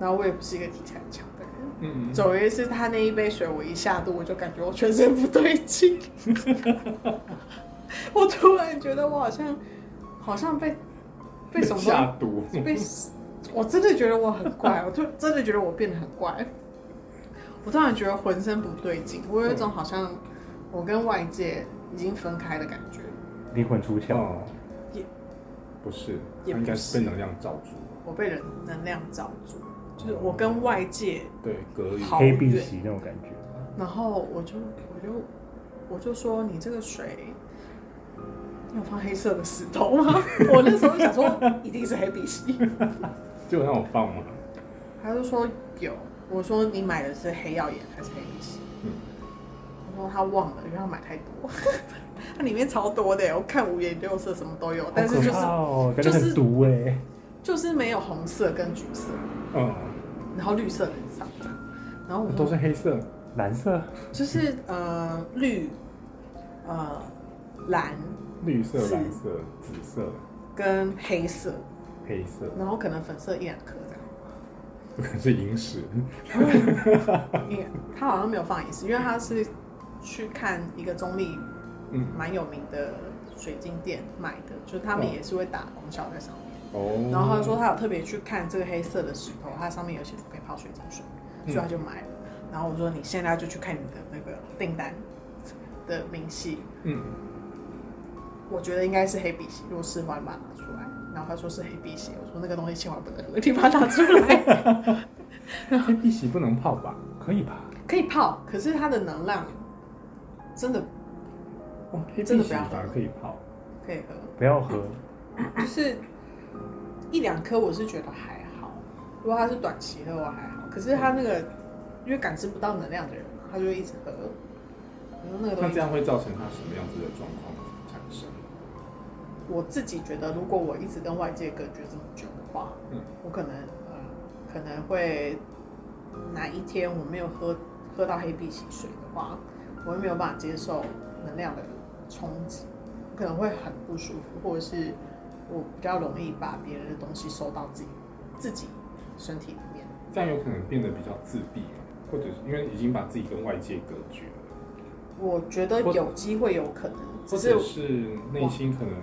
Speaker 3: 然后我也不是一个体态很强的人。
Speaker 2: 嗯，
Speaker 3: 走一次他那一杯水，我一下肚我就感觉我全身不对劲，
Speaker 2: *laughs*
Speaker 3: 我突然觉得我好像好像被被什么东
Speaker 2: 下毒？
Speaker 3: 西被，我真的觉得我很怪，我突真的觉得我变得很怪，我突然觉得浑身不对劲，我有一种好像我跟外界已经分开的感觉。
Speaker 1: 灵魂出窍，
Speaker 2: 哦，
Speaker 3: 也
Speaker 2: 不是，
Speaker 3: 也
Speaker 2: 它应该
Speaker 3: 不
Speaker 2: 是
Speaker 3: 是
Speaker 2: 被能量罩住，
Speaker 3: 我被人能量罩住，就是我跟外界，
Speaker 2: 对，隔离。
Speaker 3: 好
Speaker 1: 黑碧
Speaker 3: 远
Speaker 1: 玺那种感觉，
Speaker 3: 然后我就我就我就说你这个水，你有放黑色的石头吗？ *laughs* 我那时候就想说一定是黑碧玺，
Speaker 2: 就让我放嘛，
Speaker 3: 他就说有，我说你买的是黑曜岩还是黑碧玺？
Speaker 2: 嗯
Speaker 3: 他说他忘了，因为他买太多， *laughs* 它里面超多的，我看五颜六色，什么都有，但是就是
Speaker 1: 好可怕哦感
Speaker 3: 就
Speaker 1: 觉
Speaker 3: 是
Speaker 1: 很毒哎、
Speaker 3: 就是没有红色跟橘色。
Speaker 2: 嗯，
Speaker 3: 然后绿色的很少这样。然后我
Speaker 2: 都
Speaker 3: 们
Speaker 2: 是黑色，
Speaker 1: 蓝色、
Speaker 3: 就是呃绿、呃蓝
Speaker 2: 绿色、
Speaker 3: 是
Speaker 2: 蓝色、紫色、
Speaker 3: 跟黑色，
Speaker 2: 黑色，
Speaker 3: 然后可能粉色一两颗这样。
Speaker 2: 这个是萤石。
Speaker 3: 因为他好像没有放一次，因为他是去看一个中立
Speaker 2: 嗯，
Speaker 3: 蛮有名的水晶店买的，就是他们也是会打广角在上面。
Speaker 2: 哦，
Speaker 3: 然后他说他有特别去看这个黑色的石头，它上面有写说可以泡水晶水，所以他就买了。然后我说你现在就去看你的那个订单的明细，
Speaker 2: 嗯，
Speaker 3: 我觉得应该是黑碧玺，如果是的话，你把它拿出来。然后他说是黑碧玺，我说那个东西千万不能喝，你把它拿出来。 *laughs*
Speaker 2: 黑碧玺不能泡吧？可以吧？
Speaker 3: 可以泡，可是它的能量真的
Speaker 2: 哦，黑
Speaker 3: 真
Speaker 2: 碧
Speaker 3: 的
Speaker 2: 玺
Speaker 3: 不要
Speaker 2: 反而可以泡。
Speaker 3: 可以喝。
Speaker 1: 不要喝，
Speaker 3: 就是一两颗，我是觉得还好。如果他是短期喝，我还好。可是他那个，因为感知不到能量的人嘛，他就会一直喝。然后那个
Speaker 2: 那
Speaker 3: 东
Speaker 2: 这
Speaker 3: 西，
Speaker 2: 样会造成它什么样子的状况产生？
Speaker 3: 我自己觉得，如果我一直跟外界隔绝这么久的话，
Speaker 2: 嗯
Speaker 3: 我可能呃，可能会哪一天我没有喝喝到黑碧玺水的话，我会没有办法接受能量的冲击，可能会很不舒服，或者是我比较容易把别人的东西收到自己自己身体里面。
Speaker 2: 这样有可能变得比较自闭嘛，或者是因为已经把自己跟外界隔绝了，
Speaker 3: 我觉得有机会有可能，
Speaker 2: 或
Speaker 3: 只是
Speaker 2: 者是内心可能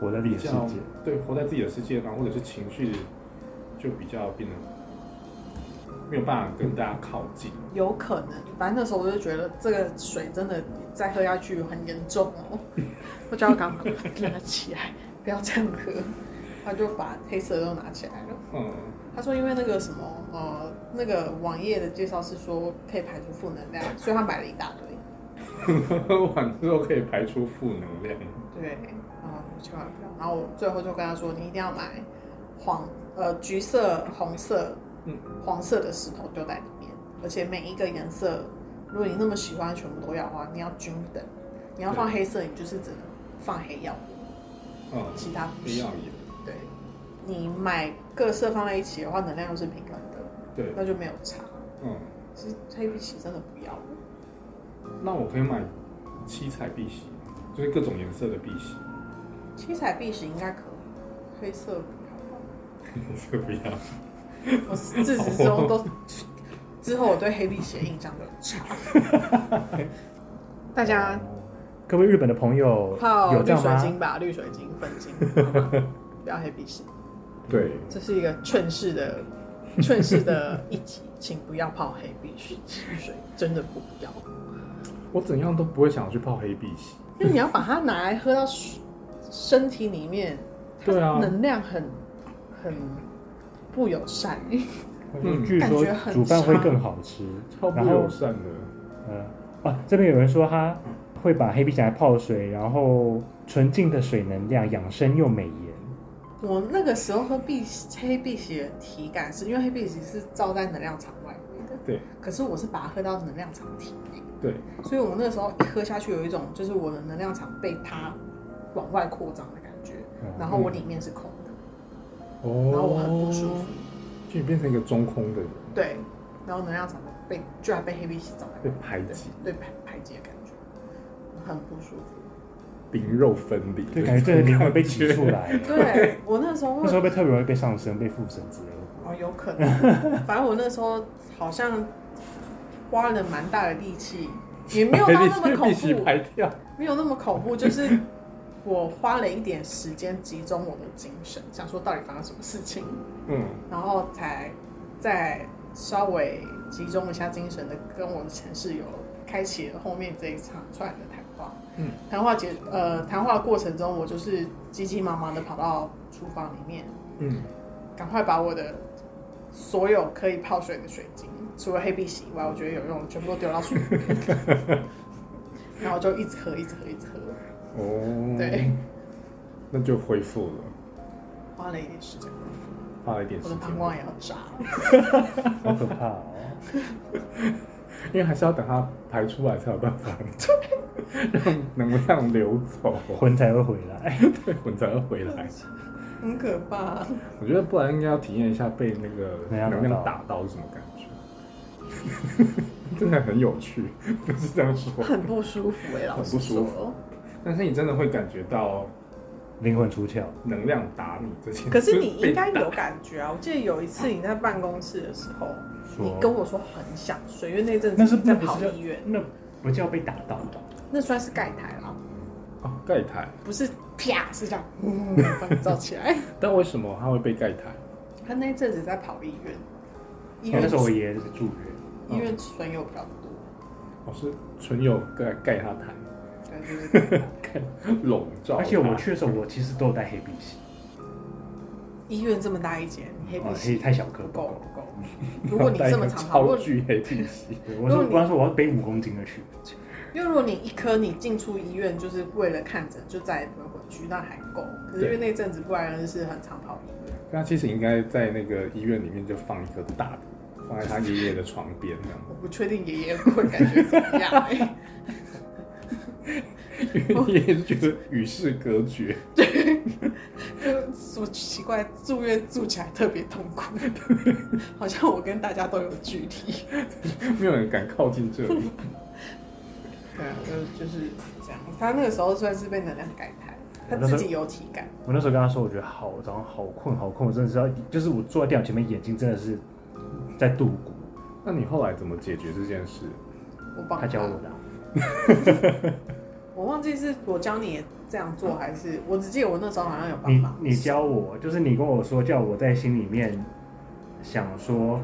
Speaker 1: 活在自己
Speaker 2: 比
Speaker 1: 的世
Speaker 2: 较
Speaker 1: 界。
Speaker 2: 对活在自己的世界上，或者是情绪就比较变得没有办法跟大家靠近。
Speaker 3: 有可能。反正那时候我就觉得这个水真的再喝下去很严重哦， *laughs* 我就要赶快把它拿起来，不要这样喝。他就把黑色都拿起来了。
Speaker 2: 嗯， *laughs*
Speaker 3: 他说因为那个什么呃那个网页的介绍是说可以排除负能量，所以他买了一大堆。
Speaker 2: 喝完之后可以排出负能量。
Speaker 3: 对，然后我千万不要。然后我最后就跟他说，你一定要买黄呃橘色、红色、
Speaker 2: 嗯
Speaker 3: 黄色的石头丢在里面，而且每一个颜色，如果你那么喜欢全部都要的话，你要均等。你要放黑色，你就是只能放黑曜，
Speaker 2: 嗯，
Speaker 3: 其他不
Speaker 2: 非
Speaker 3: 行
Speaker 2: 要。也
Speaker 3: 对，你买各色放在一起的话，能量又是平衡的，
Speaker 2: 对，
Speaker 3: 那就没有差。
Speaker 2: 嗯，
Speaker 3: 其实黑碧玺真的不要了，
Speaker 2: 那我可以买七彩碧玺，就是各种颜色的碧玺，
Speaker 3: 七彩碧玺应该可以，黑色不要吧。
Speaker 2: 这个不要。
Speaker 3: 我自始至终都，之后我对黑碧玺的印象就很差。大家
Speaker 1: 各位日本的朋友
Speaker 3: 泡
Speaker 1: 有这
Speaker 3: 绿
Speaker 1: 样
Speaker 3: 水
Speaker 1: 吗？
Speaker 3: 晶吧，绿水晶、粉晶，好吗不要黑碧玺。
Speaker 2: *laughs* 对，
Speaker 3: 这是一个劝世的、劝世的一集，请不要泡黑碧玺水，真的不要，
Speaker 2: 我怎样都不会想要去泡黑碧玺。
Speaker 3: 因为你要把它拿来喝到水身体里面，它
Speaker 2: 对啊
Speaker 3: 能量很很不友善。
Speaker 2: 嗯
Speaker 1: 据
Speaker 3: 感
Speaker 1: 说
Speaker 3: 觉很
Speaker 1: 煮饭会
Speaker 3: 差
Speaker 1: 更好吃，
Speaker 2: 超不
Speaker 1: 然后
Speaker 2: 友善的。
Speaker 1: 嗯，啊，这边有人说他会把黑皮拿来泡水，然后纯净的水能量养生又美颜。
Speaker 3: 我那个时候喝碧玺黑碧玺的体感是，因为黑碧玺是照在能量场外面的，
Speaker 2: 对。
Speaker 3: 可是我是把它喝到能量场体内，
Speaker 2: 对，
Speaker 3: 所以我那个时候一喝下去，有一种就是我的能量场被它往外扩张的感觉，
Speaker 1: 嗯
Speaker 3: 然后我里面是空的，
Speaker 2: 哦
Speaker 3: 然后我很不舒服，
Speaker 2: 就你变成一个中空的人，
Speaker 3: 对，然后能量场被居然被黑碧玺照在
Speaker 2: 被排挤，
Speaker 3: 对排排挤的感觉，很不舒
Speaker 2: *laughs*
Speaker 3: 服。
Speaker 2: 灵肉分离，
Speaker 1: 对，感觉这个灵魂被挤出。
Speaker 2: *laughs*
Speaker 1: 来。
Speaker 3: 对我那时候
Speaker 1: 那时候被特别容易被上升、被附身之类的。
Speaker 3: 哦，有可能。 *laughs* 反正我那时候好像花了蛮大的力气，也没有到那么
Speaker 2: 必
Speaker 3: 恐
Speaker 2: 须
Speaker 3: 怖，
Speaker 2: 排掉。
Speaker 3: 没有那么恐怖，就是我花了一点时间集中我的精神，想说到底发生什么事情，
Speaker 2: 嗯，
Speaker 3: 然后才再稍微集中一下精神的跟我的前室友开启了后面这一场串的谈话。
Speaker 2: 嗯，
Speaker 3: 谈话结呃谈话过程中，我就是急急忙忙的跑到厨房里面。
Speaker 2: 嗯，
Speaker 3: 赶快把我的所有可以泡水的水晶，除了黑碧玺以外，我觉得有用的全部都丢到水里面，
Speaker 1: *laughs*
Speaker 3: 然后就一直喝，一直喝，一直喝，
Speaker 2: 哦，
Speaker 3: 对，
Speaker 2: 那就恢复了，
Speaker 3: 花了一点时间，
Speaker 2: 花了一点
Speaker 3: 我
Speaker 2: 时
Speaker 3: 的
Speaker 2: 间，
Speaker 3: 膀胱也要炸了。
Speaker 1: 好可怕哦！
Speaker 2: 因为还是要等它排出来才有办
Speaker 3: *laughs*
Speaker 2: 法让能量流走，
Speaker 1: 魂才会回来。
Speaker 2: 对，魂才会回来。
Speaker 3: 很可怕。
Speaker 2: 我觉得不然应该要体验一下被那个
Speaker 1: 能量
Speaker 2: 能量打到是什么感觉， *laughs* 真的很有趣，不是这样说， *laughs*
Speaker 3: 很不舒服哎、老
Speaker 2: 很
Speaker 3: 师
Speaker 2: 不舒服
Speaker 3: 说。
Speaker 2: 但是你真的会感觉到
Speaker 1: 灵魂出窍。
Speaker 2: 能量打你这件事。
Speaker 3: 可是你
Speaker 2: 被
Speaker 3: 应该
Speaker 2: 打
Speaker 3: 有感觉啊！我记得有一次你在办公室的时候，
Speaker 1: 说
Speaker 3: 你跟我说很想睡，因为那阵
Speaker 1: 那是
Speaker 3: 子在
Speaker 1: 那不
Speaker 3: 跑
Speaker 1: 是叫
Speaker 3: 医院，
Speaker 1: 那不叫被打到吧？
Speaker 3: 那算是盖台了，
Speaker 2: 哦盖台，
Speaker 3: 不是啪是这样，
Speaker 1: *laughs*
Speaker 3: 嗯，把你罩起来。
Speaker 2: 但为什么它会被盖台？
Speaker 3: 他那阵子在跑医院，医
Speaker 1: 哦那
Speaker 3: 院
Speaker 1: 时候我爷爷是住院，
Speaker 3: 医院存有比较多，
Speaker 2: 我哦是纯友盖盖他台，
Speaker 3: 对，就是
Speaker 2: 盖笼罩它。
Speaker 1: 而且我去的时候，我其实都有带黑碧玺，
Speaker 3: 医院这么大一间，黑
Speaker 1: 哦
Speaker 3: 皮，
Speaker 1: 黑太小颗
Speaker 3: 不
Speaker 1: 不
Speaker 3: 够
Speaker 1: 够。
Speaker 3: 不够。如果你这么长跑，
Speaker 2: 超
Speaker 3: 如果
Speaker 2: 巨黑体系，
Speaker 1: 对我说，
Speaker 3: 如果你
Speaker 1: 我刚说我要背五公斤的去，
Speaker 3: 因为如果你一颗你进出医院就是为了看着，就再也不会回去，那还够。可是因为那阵子不然就是很常跑医院。
Speaker 2: 那其实应该在那个医院里面就放一颗大的，放在他爷爷的床边这样。
Speaker 3: 我不确定爷爷会感觉怎么样、 *laughs* 欸。
Speaker 2: 因为爷爷就觉得与世隔绝，
Speaker 3: 就是什么奇怪，住院住起来特别痛苦， *laughs* 好像我跟大家都有距离。
Speaker 2: 没有人敢靠近这里。
Speaker 3: 对啊，就就是这样。他那个时候算是被能量改台，他自己有体感。
Speaker 1: 我那时候跟他说，我觉得好，我早上好困好困，我真的是要，就是我坐在电脑前面，眼睛真的是在度骨。
Speaker 2: 那你后来怎么解决这件事？
Speaker 3: 我帮
Speaker 1: 他教我的啊，
Speaker 3: 我忘记是我教你这样做，还是我只记得我那时候好像有帮
Speaker 1: 嗯你
Speaker 3: 忙。
Speaker 1: 你教我，就是你跟我说，叫我在心里面想说，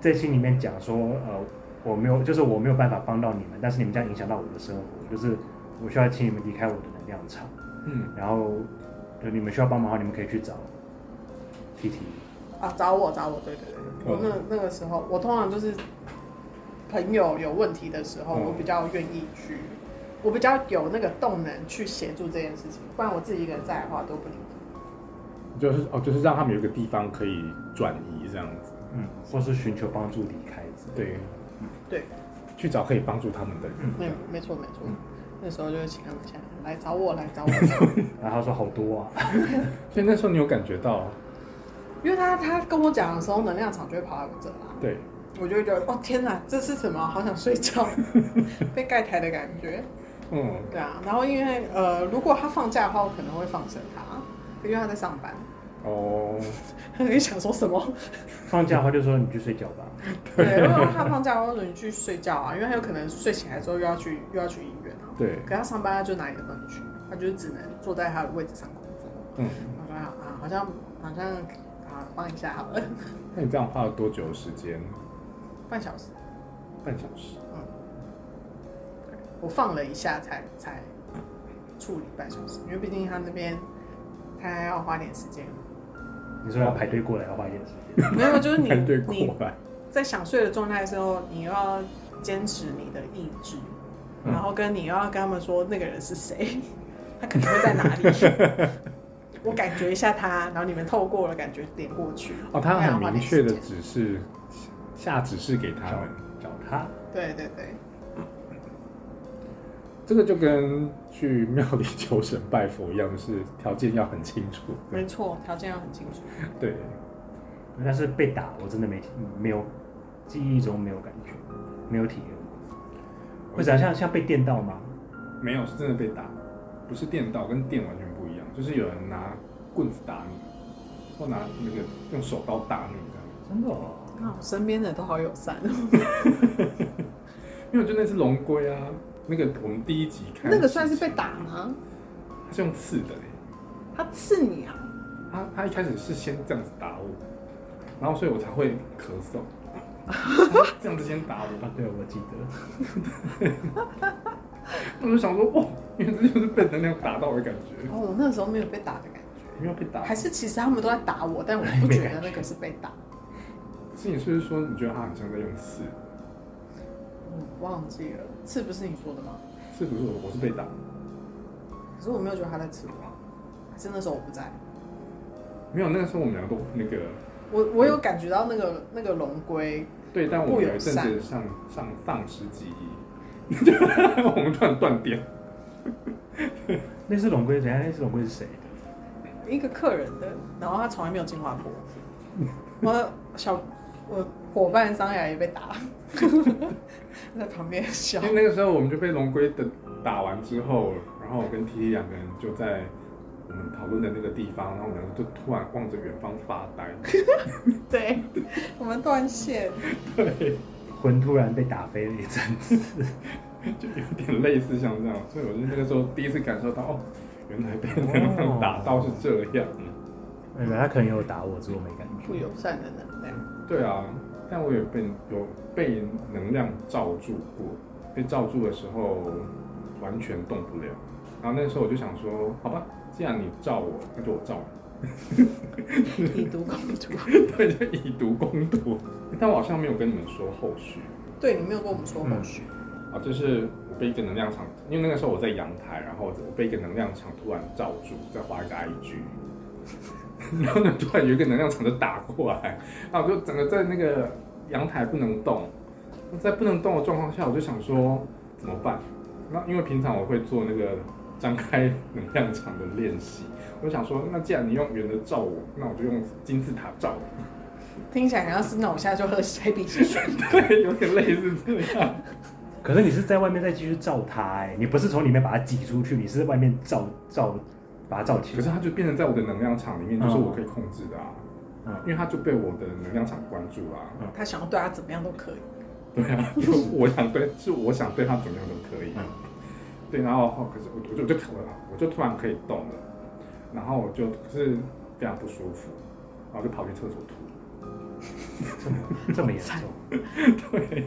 Speaker 1: 在心里面讲说，呃，我没有，就是我没有办法帮到你们，但是你们这样影响到我的生活，就是我需要请你们离开我的能量场，
Speaker 2: 嗯，
Speaker 1: 然后就你们需要帮忙的话，你们可以去找 T T，
Speaker 3: 啊，找我找我，对对对，
Speaker 1: 哦
Speaker 3: 我那那个时候，我通常就是朋友有问题的时候，
Speaker 1: 哦
Speaker 2: 嗯
Speaker 3: 我比较愿意去，我比较有那个动能去协助这件事情，不然我自己一个人在的话都不理解。
Speaker 2: 就是哦，就是让他们有一个地方可以转移这样子。
Speaker 1: 嗯，或是寻求帮助离开之类
Speaker 2: 对，
Speaker 1: 的，
Speaker 2: 嗯
Speaker 3: 对，
Speaker 2: 去找可以帮助他们的人。
Speaker 3: 没
Speaker 1: 嗯
Speaker 3: 没错没错，那时候就是请他们下来来找我来找我， *laughs* 找我
Speaker 1: 然后他说好多啊， *laughs*
Speaker 2: 所以那时候你有感觉到，
Speaker 3: 因为他他跟我讲的时候，能量场就会跑来我这啦，
Speaker 2: 对，
Speaker 3: 我就会觉得哦天哪，这是什么？好想睡
Speaker 1: *laughs*
Speaker 3: 觉，被盖台的感觉。
Speaker 2: 嗯，
Speaker 3: 对啊，然后因为呃，如果他放假的话，我可能会放生他，因为他在上 *laughs* 班。
Speaker 2: 哦，
Speaker 3: 他就想说什么？
Speaker 1: 放假的话就说你去睡觉吧，
Speaker 3: 对，如果他放假，我说你去睡觉啊，因为他有可能睡醒来之后又要去又要去医院啊。
Speaker 2: 对，
Speaker 3: 可他上班，他就哪里都不能去，他就只能坐在他的位置上工作。
Speaker 2: 嗯，
Speaker 3: 我说啊，好像好像啊，放一下好了，
Speaker 2: 那你这样花了多久的时间？
Speaker 3: 半小时，
Speaker 2: 半小时。
Speaker 3: 我放了一下才才处理半小时，因为毕竟他那边他还要花点时间。
Speaker 1: 你说要排队过来要花一点时间，
Speaker 3: 没有，就是 *laughs* 你
Speaker 2: 排队
Speaker 3: 你
Speaker 2: 过来，
Speaker 3: 在想睡的状态的时候，你又要坚持你的意志，
Speaker 2: 嗯
Speaker 3: 然后跟你又要跟他们说那个人
Speaker 2: *laughs*
Speaker 3: 是谁，他可能会在哪里。我感觉一下他，然后你们透过了感觉点过去。
Speaker 2: 哦，他很明确的
Speaker 3: 那要花点时
Speaker 2: 指示，下指示给他们。
Speaker 1: 找他，
Speaker 3: 间。对对对，
Speaker 2: 这个就跟去庙里 *laughs* 求神拜佛一样，就是条件要很清楚。
Speaker 3: 没错，条件要很清楚。
Speaker 2: 对，
Speaker 1: 但是被打我真的没没有记忆中没有感觉，没有体验过，会怎样像像被电到吗？
Speaker 2: 没有是真的被打，不是电到，跟电完全不一样，就是有人拿棍子打你，或拿那个用手刀打你这样。
Speaker 1: 真的、哦？
Speaker 3: 那我身边的都好友善，
Speaker 2: 嗯因为我就那只龙龟啊，那个我们第一集看
Speaker 3: 那个算是被，打吗？
Speaker 2: 它是用刺的、欸，
Speaker 3: 他刺你啊？
Speaker 2: 他他一开始是先这样子打我，然后所以我才会咳
Speaker 3: *laughs*
Speaker 2: 嗽，这样子先打我，
Speaker 1: 啊，对，我记得。
Speaker 2: 我就想说哇，因为这就是被能量打到的感觉，
Speaker 3: 哦，我那时候没有被打的感觉，
Speaker 2: 没有被打。
Speaker 3: 还是其实他们都在打我，但我不觉得那个是被打。
Speaker 2: 可是你是不是说你觉得它很像在用刺？
Speaker 3: 嗯，忘记了，刺不是你说的吗？
Speaker 2: 刺不是我，我是被打。
Speaker 3: 可是我没有觉得他在吃我啊，还是那时候我不在，
Speaker 2: 没有，那个时候我们两个都那个
Speaker 3: 我我有感觉到那个那个龙龟，
Speaker 2: 对，但我们有一阵子上上丧失记忆， *laughs* 我们突然断电。
Speaker 1: 那只龙龟，等一下那只龙龟是谁？
Speaker 3: 一个客人的，然后他从来没有进化过。我小我伙伴桑雅也被打， *laughs* 在旁边笑
Speaker 2: 因。为那个时候我们就被龙龟的打完之后，然后我跟 T T 两个人就在我们讨论的那个地方，然后我们两个就突然望着远方发呆。 *laughs*
Speaker 3: 对，我们断线。
Speaker 2: 对，
Speaker 1: 魂突然被打飞了一阵子。 *laughs*
Speaker 2: 就有点类似像这样，所以我就那个时候第一次感受到，哦，原来被能量打到是这样。
Speaker 1: 那个他可能有打我，只是我没感觉。
Speaker 3: 不友善的能量。
Speaker 2: 对啊，但我也被有被能量罩住过，被罩住的时候完全动不了。然后那时候我就想说，好吧，既然你罩我，那就我罩你。 *laughs*
Speaker 3: 以毒攻毒，
Speaker 2: 对，就以毒攻毒。但我好像没有跟你们说后续
Speaker 3: 对你没有跟我们说后续。
Speaker 2: 啊，就是我被一个能量场，因为那个时候我在阳台，然后我被一个能量场突然罩住，在滑一个 IG，然 *laughs* 后呢，突然有一个能量场就打过来，然后我就整个在那个阳台不能动，在不能动的状况下，我就想说怎么办？那因为平常我会做那个张开能量场的练习，我想说，那既然你用圆的罩我，那我就用金字塔罩你。 *laughs*
Speaker 3: 听起来好像是那我现在就喝黑啤酒。
Speaker 2: 对，有点类似这样。 *laughs*
Speaker 1: 可是你是在外面再继续照他、哎，你不是从里面把它挤出去，你是在外面照照把它照起
Speaker 2: 可是
Speaker 1: 来。
Speaker 2: 它就变成在我的能量场里面，就是我可以控制的啊，
Speaker 1: 嗯
Speaker 2: 因为它就被我的能量场关注啊。
Speaker 3: 他想要对他怎么样都可以。
Speaker 2: 对啊，因为我想对，是我想对它怎么样都可以。
Speaker 1: 嗯
Speaker 2: 对，然后哦后可是我我就我就突然我就突然可以动了，然后我就可是非常不舒服，然后就跑去厕所吐。 *laughs*
Speaker 1: 这么严重？
Speaker 2: 对，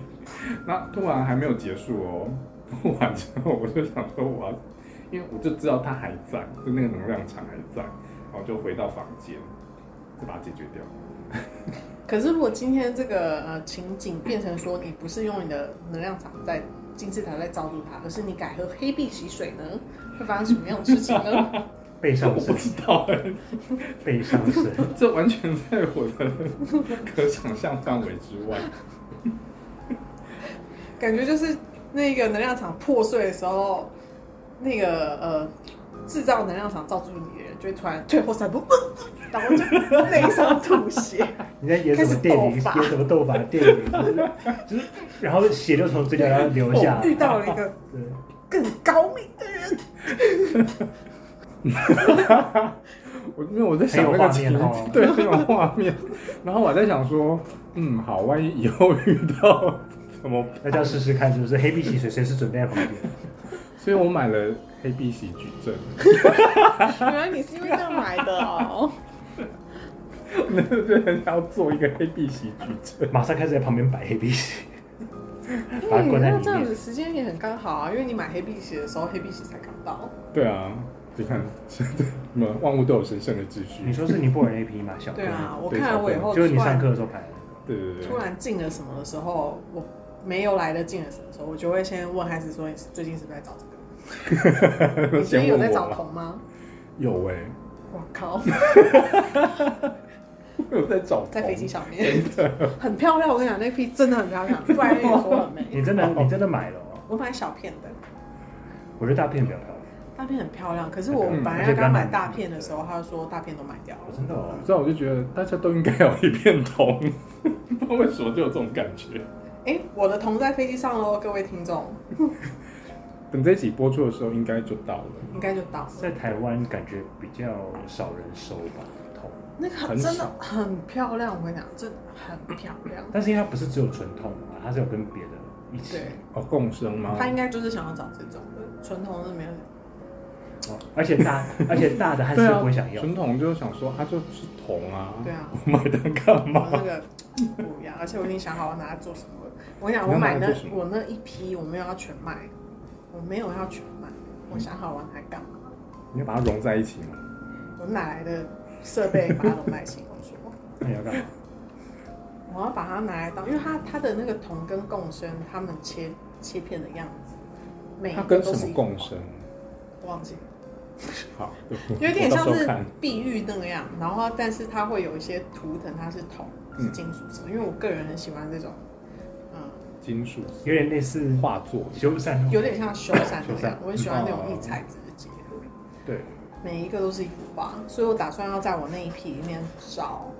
Speaker 2: 那吐完还没有结束哦，吐完之后我就想说我要，因为我就知道它还在，就那个能量场还在，然后就回到房间，就把它解决掉。
Speaker 3: 可是如果今天这个呃情景变成说你不是用你的能量场在金字塔在罩住它，而是你改喝黑碧洗水呢， *laughs* 会发生什么样的事情呢？ *laughs*
Speaker 1: 背上
Speaker 2: 我不
Speaker 1: 身，
Speaker 2: 知道哎、
Speaker 1: 背上身。
Speaker 2: 这完全在我的可想象范围之外。
Speaker 3: 感觉就是那个能量场破碎的时候，那个呃制造能量场罩住你的人，就会突然退后三步， *laughs* 呃然后就内伤吐血。
Speaker 1: *laughs* 你在演什么电影？
Speaker 3: 开始斗法
Speaker 1: 演什么斗法电影？就是就是，然后血就从嘴角然后流下。
Speaker 3: 哦遇到了一个
Speaker 1: 对，
Speaker 3: 更高明的
Speaker 1: *laughs*
Speaker 3: 人，
Speaker 2: *laughs* 我因为我在想那个情
Speaker 1: 很有画面哦
Speaker 2: 景，对，很有画面。然后我还在想说，嗯，好，万一以后遇到 *laughs* 怎么办？
Speaker 1: 那就要试试看是不是黑碧玺水随时准备在旁边。
Speaker 2: 所以我买了黑碧玺矩阵， *laughs*
Speaker 3: 原来你是因为这样买
Speaker 1: *laughs*
Speaker 3: 的哦。
Speaker 2: 那就很想要做一个黑碧玺矩阵。
Speaker 1: 马上开始在旁边摆黑碧玺，把
Speaker 3: 哎，
Speaker 1: 它关在
Speaker 3: 那
Speaker 1: 里
Speaker 3: 这样子
Speaker 1: 面。
Speaker 3: 时间也很刚好啊，因为你买黑碧玺的时候，黑碧玺才刚到。
Speaker 2: 对啊，你看，现在什么万物都有神圣的秩序。
Speaker 1: 你说是尼泊尔那批吗？小
Speaker 3: 对啊，
Speaker 2: 对
Speaker 3: 我看了我以后突
Speaker 1: 就是你上
Speaker 3: 然
Speaker 1: 课的时候排的。
Speaker 2: 对对对，
Speaker 3: 突然进了什么的时候，我没有来得进了什么时候，我就会先问孩子说：“你最近是不是在找这
Speaker 1: *laughs*
Speaker 3: 个？你最近有在找
Speaker 2: 了。
Speaker 3: 同吗
Speaker 2: 有哎、？”
Speaker 3: 我
Speaker 1: 哦
Speaker 3: 靠，
Speaker 2: *laughs* 我有在找
Speaker 3: 在
Speaker 2: 同
Speaker 3: 飞机上面，很漂亮。我跟你讲，那批真的很漂亮，不然也说
Speaker 1: *laughs*
Speaker 3: 很美。
Speaker 1: 你真的你真的买了、哦？
Speaker 3: 我买小片的，
Speaker 1: 我觉得大片比较漂亮。
Speaker 3: 大片很漂亮。可是我
Speaker 2: 嗯
Speaker 3: 本来
Speaker 1: 而且比
Speaker 3: 要给
Speaker 1: 较
Speaker 3: 他
Speaker 1: 难
Speaker 3: 买大片的时候，他就说大片都买掉
Speaker 1: 我
Speaker 3: 了。
Speaker 1: 真的哦，
Speaker 2: 所以我就觉得大家都应该有一片 *laughs* 铜，不知道为什么就有这种感觉。
Speaker 3: 哎，我的同在飞机上喽，各位听众
Speaker 2: 等这一集播出的时候，应该就到了。
Speaker 3: 应该就到了。
Speaker 1: 在台湾感觉比较少人收吧，痛。
Speaker 3: 那个
Speaker 2: 很
Speaker 3: 真
Speaker 2: 少
Speaker 3: 的很漂亮，我跟你讲，真的很漂
Speaker 1: *laughs*
Speaker 3: 亮。
Speaker 1: 但是因为它不是只有纯痛嘛，它是有跟别的一起。
Speaker 3: 对，
Speaker 2: 哦，共生吗？
Speaker 3: 他应该就是想要找这种的，纯铜是没有。
Speaker 1: 哦而且大，而且大的汉
Speaker 2: 对
Speaker 1: 斯
Speaker 2: 啊，
Speaker 1: 不会想要。
Speaker 2: 纯铜就想说，它就是铜啊，
Speaker 3: 对啊，
Speaker 2: 我 *laughs* 买它干
Speaker 3: 我那
Speaker 2: 嘛？
Speaker 3: 个不一样，而且我已经想好我拿来做什么了。我跟你讲，
Speaker 2: 你
Speaker 3: 我
Speaker 2: 要拿
Speaker 3: 买
Speaker 2: 来
Speaker 3: 那
Speaker 2: 做什么
Speaker 3: 我那一批，我没有要全卖，我没有要全卖，我想好我拿来干嘛？
Speaker 2: 你要把它融在一起吗？
Speaker 3: 我哪来的设备把它弄在一起？我说， *laughs*
Speaker 1: 那你要干嘛？
Speaker 3: 我要把它拿来当，因为它它的那个铜跟共生，它们切切片的样子，每一
Speaker 2: 它
Speaker 3: 个
Speaker 2: 跟
Speaker 3: 都
Speaker 2: 什
Speaker 3: 是
Speaker 2: 么
Speaker 3: 一个
Speaker 2: 共生？
Speaker 3: 我忘记了，
Speaker 2: 好，
Speaker 3: 有点像
Speaker 2: 我到时
Speaker 3: 是
Speaker 2: 候看
Speaker 3: 碧玉那样，然后但是它会有一些图腾，它是铜是金属色，因为我个人很喜欢这种，嗯。
Speaker 2: 金属
Speaker 1: 有点类似
Speaker 2: 画作，
Speaker 1: 修缮，
Speaker 3: 有点像修缮那
Speaker 1: 修缮
Speaker 3: 样，我很喜欢那种异材质的结合。
Speaker 2: 嗯对，
Speaker 3: 每一个都是一幅画，所以我打算要在我那一批里面找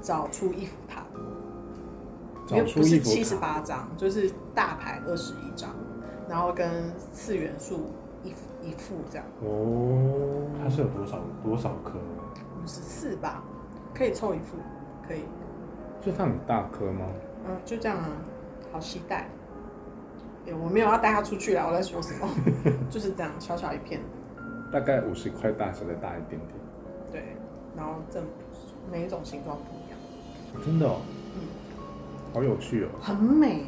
Speaker 3: 找出一幅塔罗，
Speaker 2: 找
Speaker 3: 因为
Speaker 2: 出
Speaker 3: 不
Speaker 2: 一
Speaker 3: 是
Speaker 2: 幅
Speaker 3: 七十
Speaker 2: 卡
Speaker 3: 八张，就是大牌二十一张，然后跟次元素一幅一副这样，
Speaker 2: 哦，
Speaker 1: 它是有多少多少颗？
Speaker 3: 五十四吧，可以凑一副，可以，
Speaker 2: 所以它很大颗吗？
Speaker 3: 嗯，就这样啊，好期待。诶我没有要带他出去啊，我在说什么？ *laughs* 就是这样，小小一片。
Speaker 2: 大概五十块大小，再大一点点。
Speaker 3: 对，然后这每一种形状不一样，
Speaker 2: 真的哦，
Speaker 3: 嗯，
Speaker 2: 好有趣哦。
Speaker 3: 很美。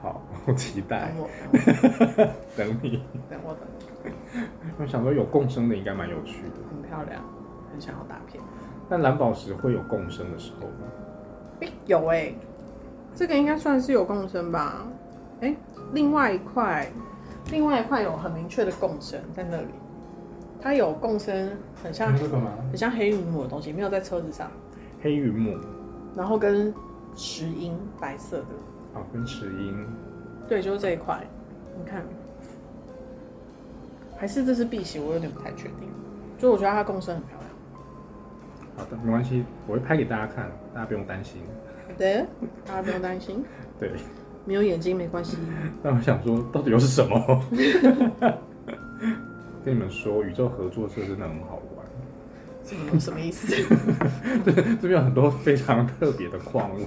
Speaker 2: 好， *laughs* 我期待
Speaker 3: 等我，等
Speaker 2: 等你。
Speaker 3: 我，等我，等我，
Speaker 2: 我想说有共生的应该蛮有趣的。
Speaker 3: 很漂亮，很想要打片。
Speaker 2: 那蓝宝石会有共生的时候吗？
Speaker 3: 诶有哎、这个应该算是有共生吧？哎、另外一块，另外一块有很明确的共生在那里，它有共生，很像
Speaker 1: 这个吗？
Speaker 3: 很像黑云母的东西，没有在车子上，
Speaker 2: 黑云母
Speaker 3: 然后跟石英白色的，
Speaker 2: 啊，跟石英
Speaker 3: 对，就是这一块，你看，还是这是碧玺，我有点不太确定，就我觉得它共生很漂亮。
Speaker 2: 好的，啊没关系，我会拍给大家看，大家不用担心。
Speaker 3: 好的，大家不用担心，
Speaker 2: 对， *laughs*
Speaker 3: 没有眼睛没关系。
Speaker 2: 那我想说，到底又是什么？ *laughs* 跟你们说，宇宙合作社真的很好玩， *laughs*
Speaker 3: 什么什么意思？
Speaker 2: 这边有很多非常特别的矿物，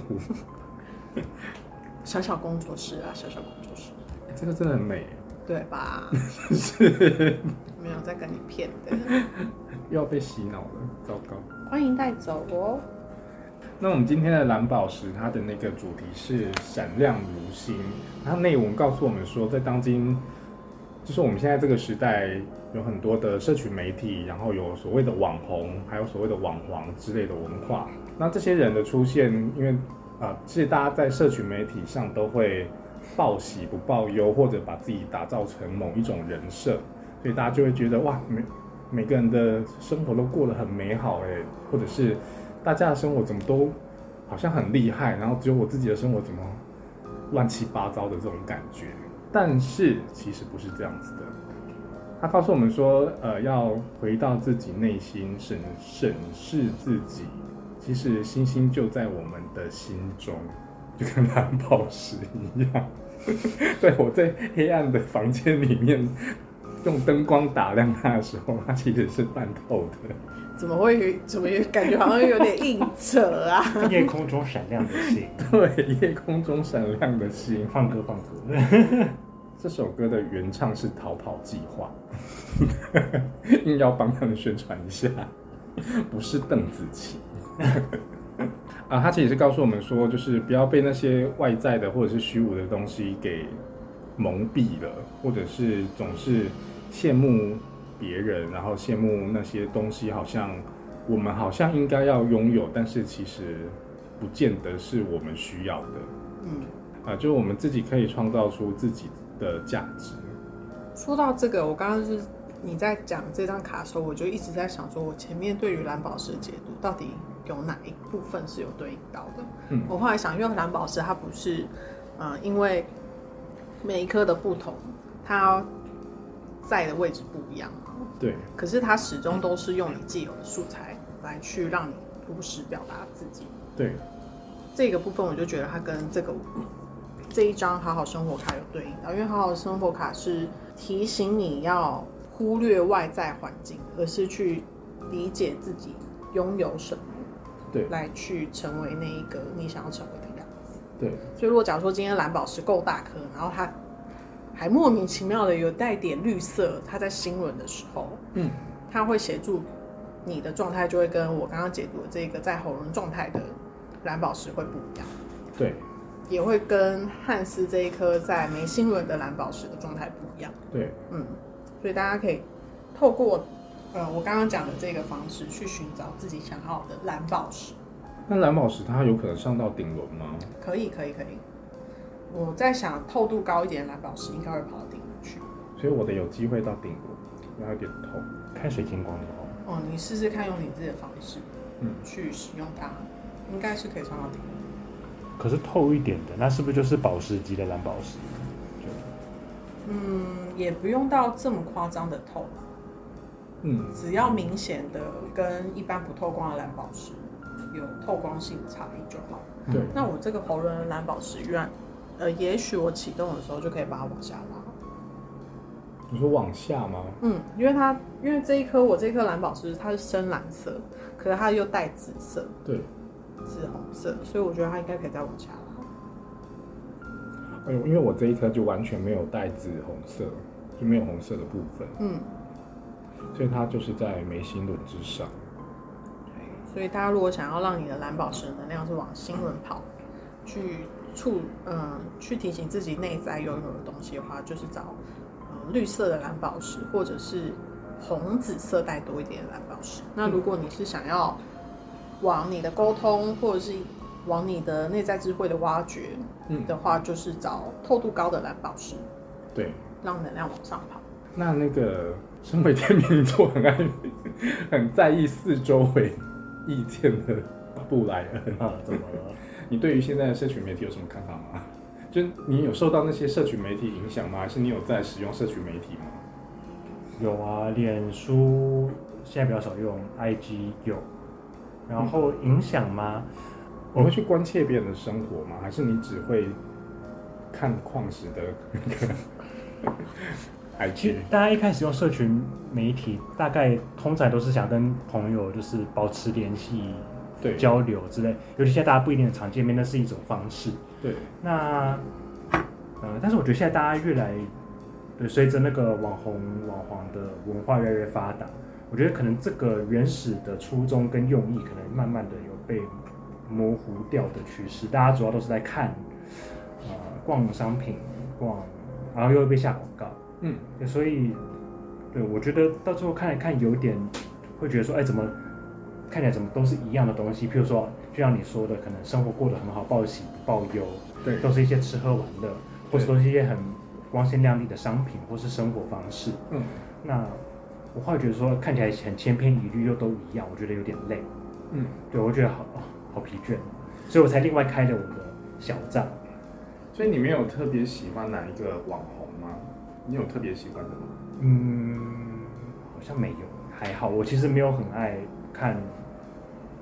Speaker 2: *laughs*
Speaker 3: 小小工作室啊，小小工作室，
Speaker 2: 欸这个真的很美，
Speaker 3: 对吧？没有在跟你骗的，
Speaker 2: 又要被洗脑了，糟糕。
Speaker 3: 欢迎带走哦。
Speaker 2: 那我们今天的蓝宝石，它的那个主题是闪亮如星，它内文告诉我们说，在当今，就是我们现在这个时代，有很多的社群媒体，然后有所谓的网红，还有所谓的网黄之类的文化。那这些人的出现，因为啊，其实大家在社群媒体上都会报喜不报忧，或者把自己打造成某一种人设，所以大家就会觉得哇，每每个人的生活都过得很美好哎、或者是大家的生活怎么都好像很厉害，然后只有我自己的生活怎么乱七八糟的这种感觉。但是其实不是这样子的。他告诉我们说，呃，要回到自己内心，审审视自己。其实星星就在我们的心中， *laughs* 就跟蓝宝石一样， *laughs* 在我在黑暗的房间里面用灯光打亮它的时候，它其实是半透的。
Speaker 3: 怎么会有？怎么有感觉好像有点硬扯啊？
Speaker 1: 夜空中闪亮的星，
Speaker 2: *laughs* 对，夜空中闪亮的星。
Speaker 1: 放歌放歌。
Speaker 2: 这首歌的原唱是《逃跑计划》， *laughs* 硬要帮他们宣传一下，不是邓紫棋。 *laughs* 啊，他其实是告诉我们说，就是不要被那些外在的或者是虚无的东西给蒙蔽了，或者是总是羡慕别人，然后羡慕那些东西，好像我们好像应该要拥有，但是其实不见得是我们需要的。
Speaker 3: 嗯，
Speaker 2: 啊，就我们自己可以创造出自己的价值。
Speaker 3: 说到这个，我刚刚就是你在讲这张卡的时候，我就一直在想，说我前面对于蓝宝石的解读到底有哪一部分是有对应到的？
Speaker 2: 嗯
Speaker 3: 我后来想，因为蓝宝石它不是，呃，因为每一颗的不同，它在的位置不一样嘛，
Speaker 2: 对，
Speaker 3: 可是它始终都是用你既有的素材来去让你如实表达自己。
Speaker 2: 对，
Speaker 3: 这个部分我就觉得它跟这个这一张好好生活卡有对应到，因为好好生活卡是提醒你要忽略外在环境，而是去理解自己拥有什么，
Speaker 2: 对
Speaker 3: 来去成为那一个你想要成为的样子。
Speaker 2: 对，
Speaker 3: 所以如果假如说今天蓝宝石够大颗，然后它还莫名其妙的有带点绿色，它在新轮的时候，
Speaker 2: 嗯，
Speaker 3: 它会协助你的状态就会跟我刚刚解读的这个在喉咙状态的蓝宝石会不一样，
Speaker 2: 对，
Speaker 3: 也会跟汉斯这一颗在眉心轮的蓝宝石的状态不一样。
Speaker 2: 对，
Speaker 3: 嗯，所以大家可以透过呃我刚刚讲的这个方式去寻找自己想要的蓝宝石。
Speaker 2: 那蓝宝石它有可能上到顶轮吗？
Speaker 3: 可以，可以，可以。我在想，透度高一点的蓝宝石应该会跑到顶轮去。
Speaker 2: 所以我的有机会到顶轮，然后有点痛。
Speaker 1: 看水晶光的话，
Speaker 3: 哦，你试试看用你自己的方式，
Speaker 2: 嗯，
Speaker 3: 去使用它，应该是可以上到顶轮。
Speaker 1: 可是透一点的，那是不是就是宝石级的蓝宝石？就
Speaker 3: 嗯，也不用到这么夸张的透，
Speaker 2: 嗯，
Speaker 3: 只要明显的跟一般不透光的蓝宝石有透光性差异就好。
Speaker 1: 嗯
Speaker 2: 对，
Speaker 3: 那我这个喉轮蓝宝石愿，呃，也许我启动的时候就可以把它往下拉。
Speaker 2: 你说往下吗？
Speaker 3: 嗯，因为它因为这一颗我这一颗蓝宝石它是深蓝色，可是它又带紫色、
Speaker 2: 对，
Speaker 3: 紫红色，所以我觉得它应该可以再往下拉。
Speaker 2: 哎呦，因为我这一颗就完全没有带紫红色，就没有红色的部分，
Speaker 3: 嗯，
Speaker 2: 所以它就是在眉心轮之上。
Speaker 3: 对，所以大家如果想要让你的蓝宝石的能量是往心轮跑，去促嗯、去提醒自己内在拥有的东西的话，就是找、呃、绿色的蓝宝石或者是红紫色带多一点的蓝宝石。那如果你是想要往你的沟通或者是往你的内在智慧的挖掘，
Speaker 2: 嗯，
Speaker 3: 的话，就是找透度高的蓝宝石，
Speaker 2: 对。
Speaker 3: 让能量往上跑。
Speaker 2: 那那个身为天秤座，很爱很在意四周围意见的布莱恩，
Speaker 1: *laughs* 啊，怎么了？
Speaker 2: 你对于现在的社群媒体有什么看法吗？就你有受到那些社群媒体影响吗？还是你有在使用社群媒体吗？
Speaker 1: 有啊，脸书现在比较少用，IG 有。然后影响吗？
Speaker 2: 我会去关切别人的生活吗？还是你只会看矿石的那个
Speaker 1: 其 *laughs*
Speaker 2: IG？
Speaker 1: 实大家一开始用社群媒体，大概通常都是想跟朋友就是保持联系、
Speaker 2: 对
Speaker 1: 交流之类。尤其现在大家不一定常见面，那是一种方式。
Speaker 2: 对，
Speaker 1: 那呃，但是我觉得现在大家越来，对，随着那个网红网黄的文化越来越发达，我觉得可能这个原始的初衷跟用意，可能慢慢的有被模糊掉的趋势。大家主要都是在看，呃，逛商品，逛，然后又会被下广告。
Speaker 2: 嗯，
Speaker 1: 对所以，对我觉得到最后看来看，有点会觉得说，哎，怎么看起来怎么都是一样的东西？譬如说，就像你说的，可能生活过得很好，报喜不报忧，
Speaker 2: 对
Speaker 1: 都是一些吃喝玩乐，或是
Speaker 2: 对
Speaker 1: 都是一些很光鲜亮丽的商品或是生活方式。
Speaker 2: 嗯，
Speaker 1: 那我会觉得说，看起来很千篇一律，又都一样，我觉得有点累。
Speaker 2: 嗯，
Speaker 1: 对我觉得好哦好疲倦，所以我才另外开了我的小账。
Speaker 2: 所以你没有特别喜欢哪一个网红吗？你有特别喜欢的吗？
Speaker 1: 嗯，好像没有，还好。我其实没有很爱看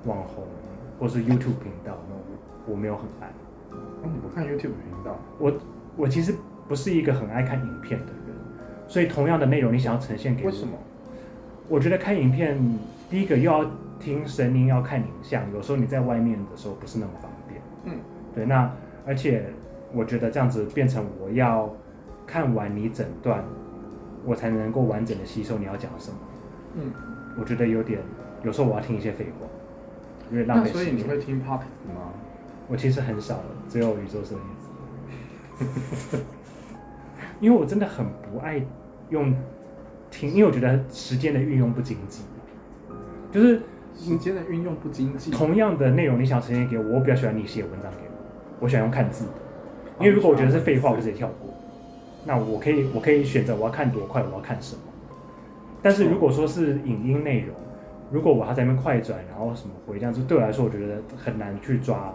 Speaker 1: 网红或是 YouTube 频道，那我我没有很爱。
Speaker 2: 哦，你不看 YouTube 频道？
Speaker 1: 我我其实不是一个很爱看影片的人，所以同样的内容你想要呈现给我
Speaker 2: 为，什么？
Speaker 1: 我觉得看影片第一个又要听声音，要看影像，有时候你在外面的时候不是那么方便。
Speaker 2: 嗯，
Speaker 1: 对，那而且我觉得这样子变成我要看完你整段，我才能够完整的吸收你要讲什么。
Speaker 2: 嗯，
Speaker 1: 我觉得有点，有时候我要听一些废话，有点浪
Speaker 2: 那
Speaker 1: 费
Speaker 2: 所以
Speaker 1: 时
Speaker 2: 你
Speaker 1: 间。
Speaker 2: 会听 Podcast 吗？
Speaker 1: 我其实很少了，只有宇宙射一次， *laughs* 因为我真的很不爱用听，因为我觉得时间的运用不经济，就是
Speaker 2: 时间的运用不经济。
Speaker 1: 同样的内容你想要呈现给我，我比较喜欢你写文章给我，我喜欢用看字的，因为如果我觉
Speaker 2: 哦
Speaker 1: 得是废话，我就直接跳过。那我可以，我可以选择我要看多快，我要看什么。但是如果说是影音内容，如果我还在那边快转，然后什么回这样子，对我来说，我觉得很难去抓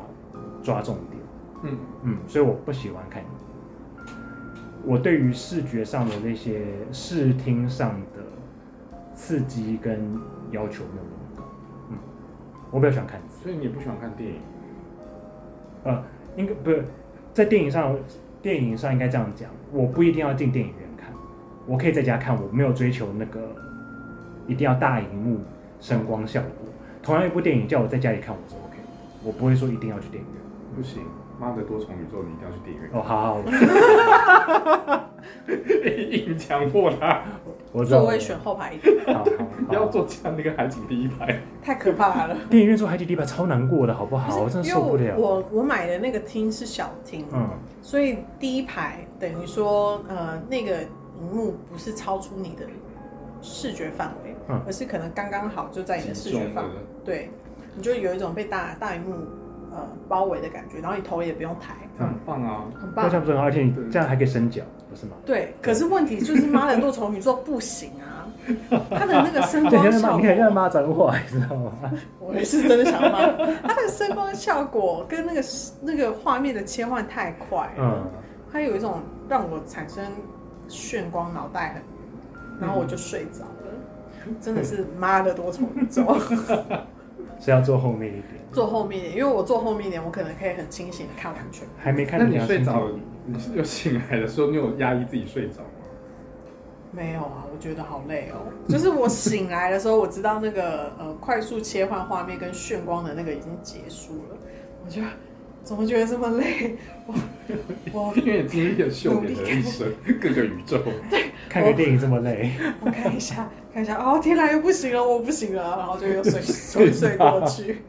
Speaker 1: 抓重点。
Speaker 2: 嗯，
Speaker 1: 嗯，所以我不喜欢看。我对于视觉上的那些视听上的刺激跟要求没有那么高。嗯，我比较喜欢看字。
Speaker 2: 所以你也不喜欢看电影。
Speaker 1: 呃，应该不是在电影上，电影上应该这样讲，我不一定要进电影院看，我可以在家看，我没有追求那个一定要大荧幕声光效果。同样一部电影叫我在家里看，我是 OK，的我不会说一定要去电影院。
Speaker 2: 不行，妈的多重宇宙，你一定要去 *laughs* 电影
Speaker 1: 哦，好好，我
Speaker 2: 院。哎硬强迫他，
Speaker 1: 我知道
Speaker 3: 座
Speaker 1: 了
Speaker 3: 位选后排一点，
Speaker 1: 好好
Speaker 2: 不
Speaker 1: 好
Speaker 2: 要坐像那个海景第一排。
Speaker 3: 太可怕了。
Speaker 1: 电影院做海底地板超难过的，好不好？我
Speaker 3: 不是
Speaker 1: 真的
Speaker 3: 因
Speaker 1: 受不
Speaker 3: 为
Speaker 1: 了。
Speaker 3: 我我买的那个厅是小厅，
Speaker 1: 嗯，
Speaker 3: 所以第一排等于说，呃，那个荧幕不是超出你的视觉范围，
Speaker 1: 嗯
Speaker 3: 而是可能刚刚好就在你的视
Speaker 2: 集
Speaker 3: 觉
Speaker 2: 中
Speaker 3: 范围
Speaker 2: 了，
Speaker 3: 对，你就有一种被大大荧幕呃包围的感觉，然后你头也不用抬，
Speaker 2: 这很棒啊！
Speaker 3: 很
Speaker 1: 那
Speaker 3: 棒
Speaker 1: 这。样不是很好？而且你这样还可以伸脚，不是吗？
Speaker 3: 对，可是问题就是妈的多重宇宙不行啊，它的那个声
Speaker 1: *laughs* 对，你
Speaker 3: 光
Speaker 1: 看
Speaker 3: 效
Speaker 1: 骂，
Speaker 3: 果
Speaker 1: 你，看骂脏话，你知道吗？
Speaker 3: 我也是真的想骂，它的声光效果跟那个那个画面的切换太快了。
Speaker 1: 嗯，
Speaker 3: 它有一种让我产生眩光脑袋很晕，然后我就睡着了。真的是妈的多重宇宙。
Speaker 1: 是要坐后面一点，
Speaker 3: 坐后面一点，因为我坐后面一点，我可能可以很清醒的看完全。
Speaker 1: 还没看
Speaker 2: 那
Speaker 1: 到
Speaker 2: 你睡着
Speaker 1: 着，
Speaker 2: 了，你是有醒来的时候，你有压抑自己睡着吗？
Speaker 3: 没有啊，我觉得好累哦。就是我醒来的时候，我知道那个呃快速切换画面跟眩光的那个已经结束了，我就怎么觉得这么累？我 *laughs* 我
Speaker 2: 因为你经历了秀莲的一生，各个宇 *laughs* 宙。
Speaker 1: 看个电影这么累，
Speaker 3: 我看一下，看一下，哦，天哪，又不行了，我不行了，然后就又睡 *laughs* 睡睡过去，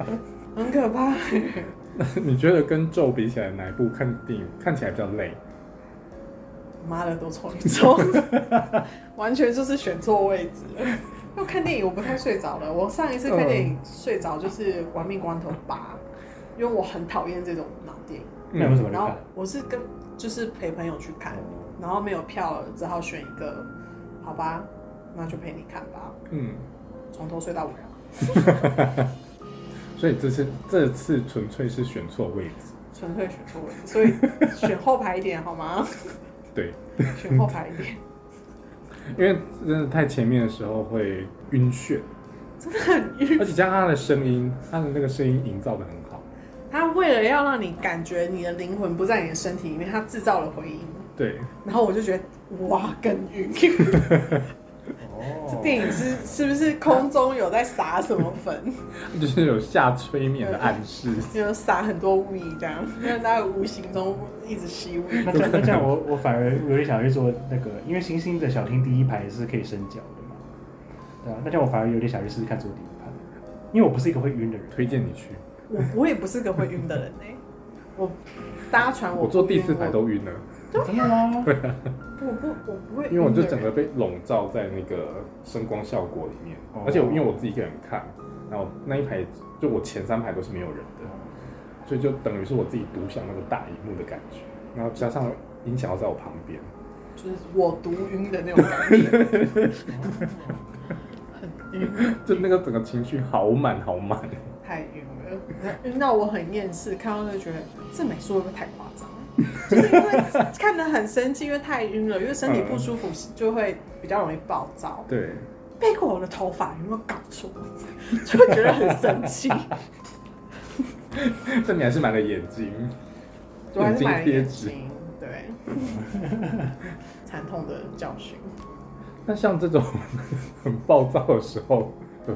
Speaker 3: 很可怕。
Speaker 2: 你觉得跟咒比起来，哪一部看电影看起来比较累？
Speaker 3: *laughs* 妈的，多重宇宙，完全就是选错位置了。因为我看电影我不太睡着了，我上一次看电影
Speaker 1: 嗯
Speaker 3: 睡着就是《玩命关头八》，因为我很讨厌这种老电影。
Speaker 1: *laughs* 那有
Speaker 2: 么？
Speaker 1: 什么
Speaker 3: 嗯然后
Speaker 1: 看？
Speaker 3: 我是跟就是陪朋友去看，然后没有票了，只好选一个，好吧，那就陪你看吧，
Speaker 2: 嗯，
Speaker 3: 从头睡到尾啊。
Speaker 2: 所以这次这次纯粹是选错位置。
Speaker 3: 纯粹选错位置，所以选后排一点好
Speaker 1: *laughs*
Speaker 3: 吗？
Speaker 2: 对，
Speaker 3: 选后排一点，
Speaker 2: 因为真的太前面的时候会晕眩，
Speaker 3: 真的很晕。
Speaker 2: 而且加上他的声音，他的那个声音营造的很好。
Speaker 3: 他为了要让你感觉你的灵魂不在你的身体里面，他制造了回音，
Speaker 2: 对，
Speaker 3: 然后我就觉得哇，更晕。这
Speaker 1: 哦，
Speaker 3: 电影是是不是空中有在撒什么粉？ *laughs*
Speaker 2: 就是有下催眠的暗示。
Speaker 3: 有撒很多 V 这样，让大家无形中一直吸 V。
Speaker 1: 那这样那这样我我反而有点想去做那个，因为星星的小厅第一排是可以伸脚的嘛，对啊，那这样我反而有点想去试试看坐第一排，因为我不是一个会晕的人，
Speaker 2: 推荐你去，
Speaker 3: 我我也不是个会晕的人呢、我搭船我
Speaker 2: 我坐
Speaker 3: 不
Speaker 2: 第
Speaker 3: 晕
Speaker 2: 四排
Speaker 3: 我
Speaker 2: 都晕了，
Speaker 1: 真的吗？
Speaker 3: 我不我不会晕的人，
Speaker 2: 因为我就整个被笼罩在那个声光效果里面
Speaker 1: 哦，
Speaker 2: 而且我因为我自己一个人看，然后那一排就我前三排都是没有人的，所以就等于是我自己独享那个大荧幕的感觉，然后加上音响要在我旁边，
Speaker 3: 就是我独晕的那种感觉，
Speaker 2: 就那个整个情绪好满好满。
Speaker 3: 太晕了，晕到我很厌世，看到就觉得这美术会不会太夸
Speaker 2: *laughs*
Speaker 3: 张？就是因为看得很生气，因为太晕了，因为身体不舒服
Speaker 2: 嗯
Speaker 3: 就会比较容易暴躁。
Speaker 2: 对，
Speaker 3: 贝果，我的头发有没有搞错？就会觉得很生气。
Speaker 2: *laughs* 但你还是买了眼镜，
Speaker 3: 我还是买了眼
Speaker 2: 眼镜贴纸
Speaker 3: 镜，对，惨痛的教训。
Speaker 2: 那像这种很暴躁的时候，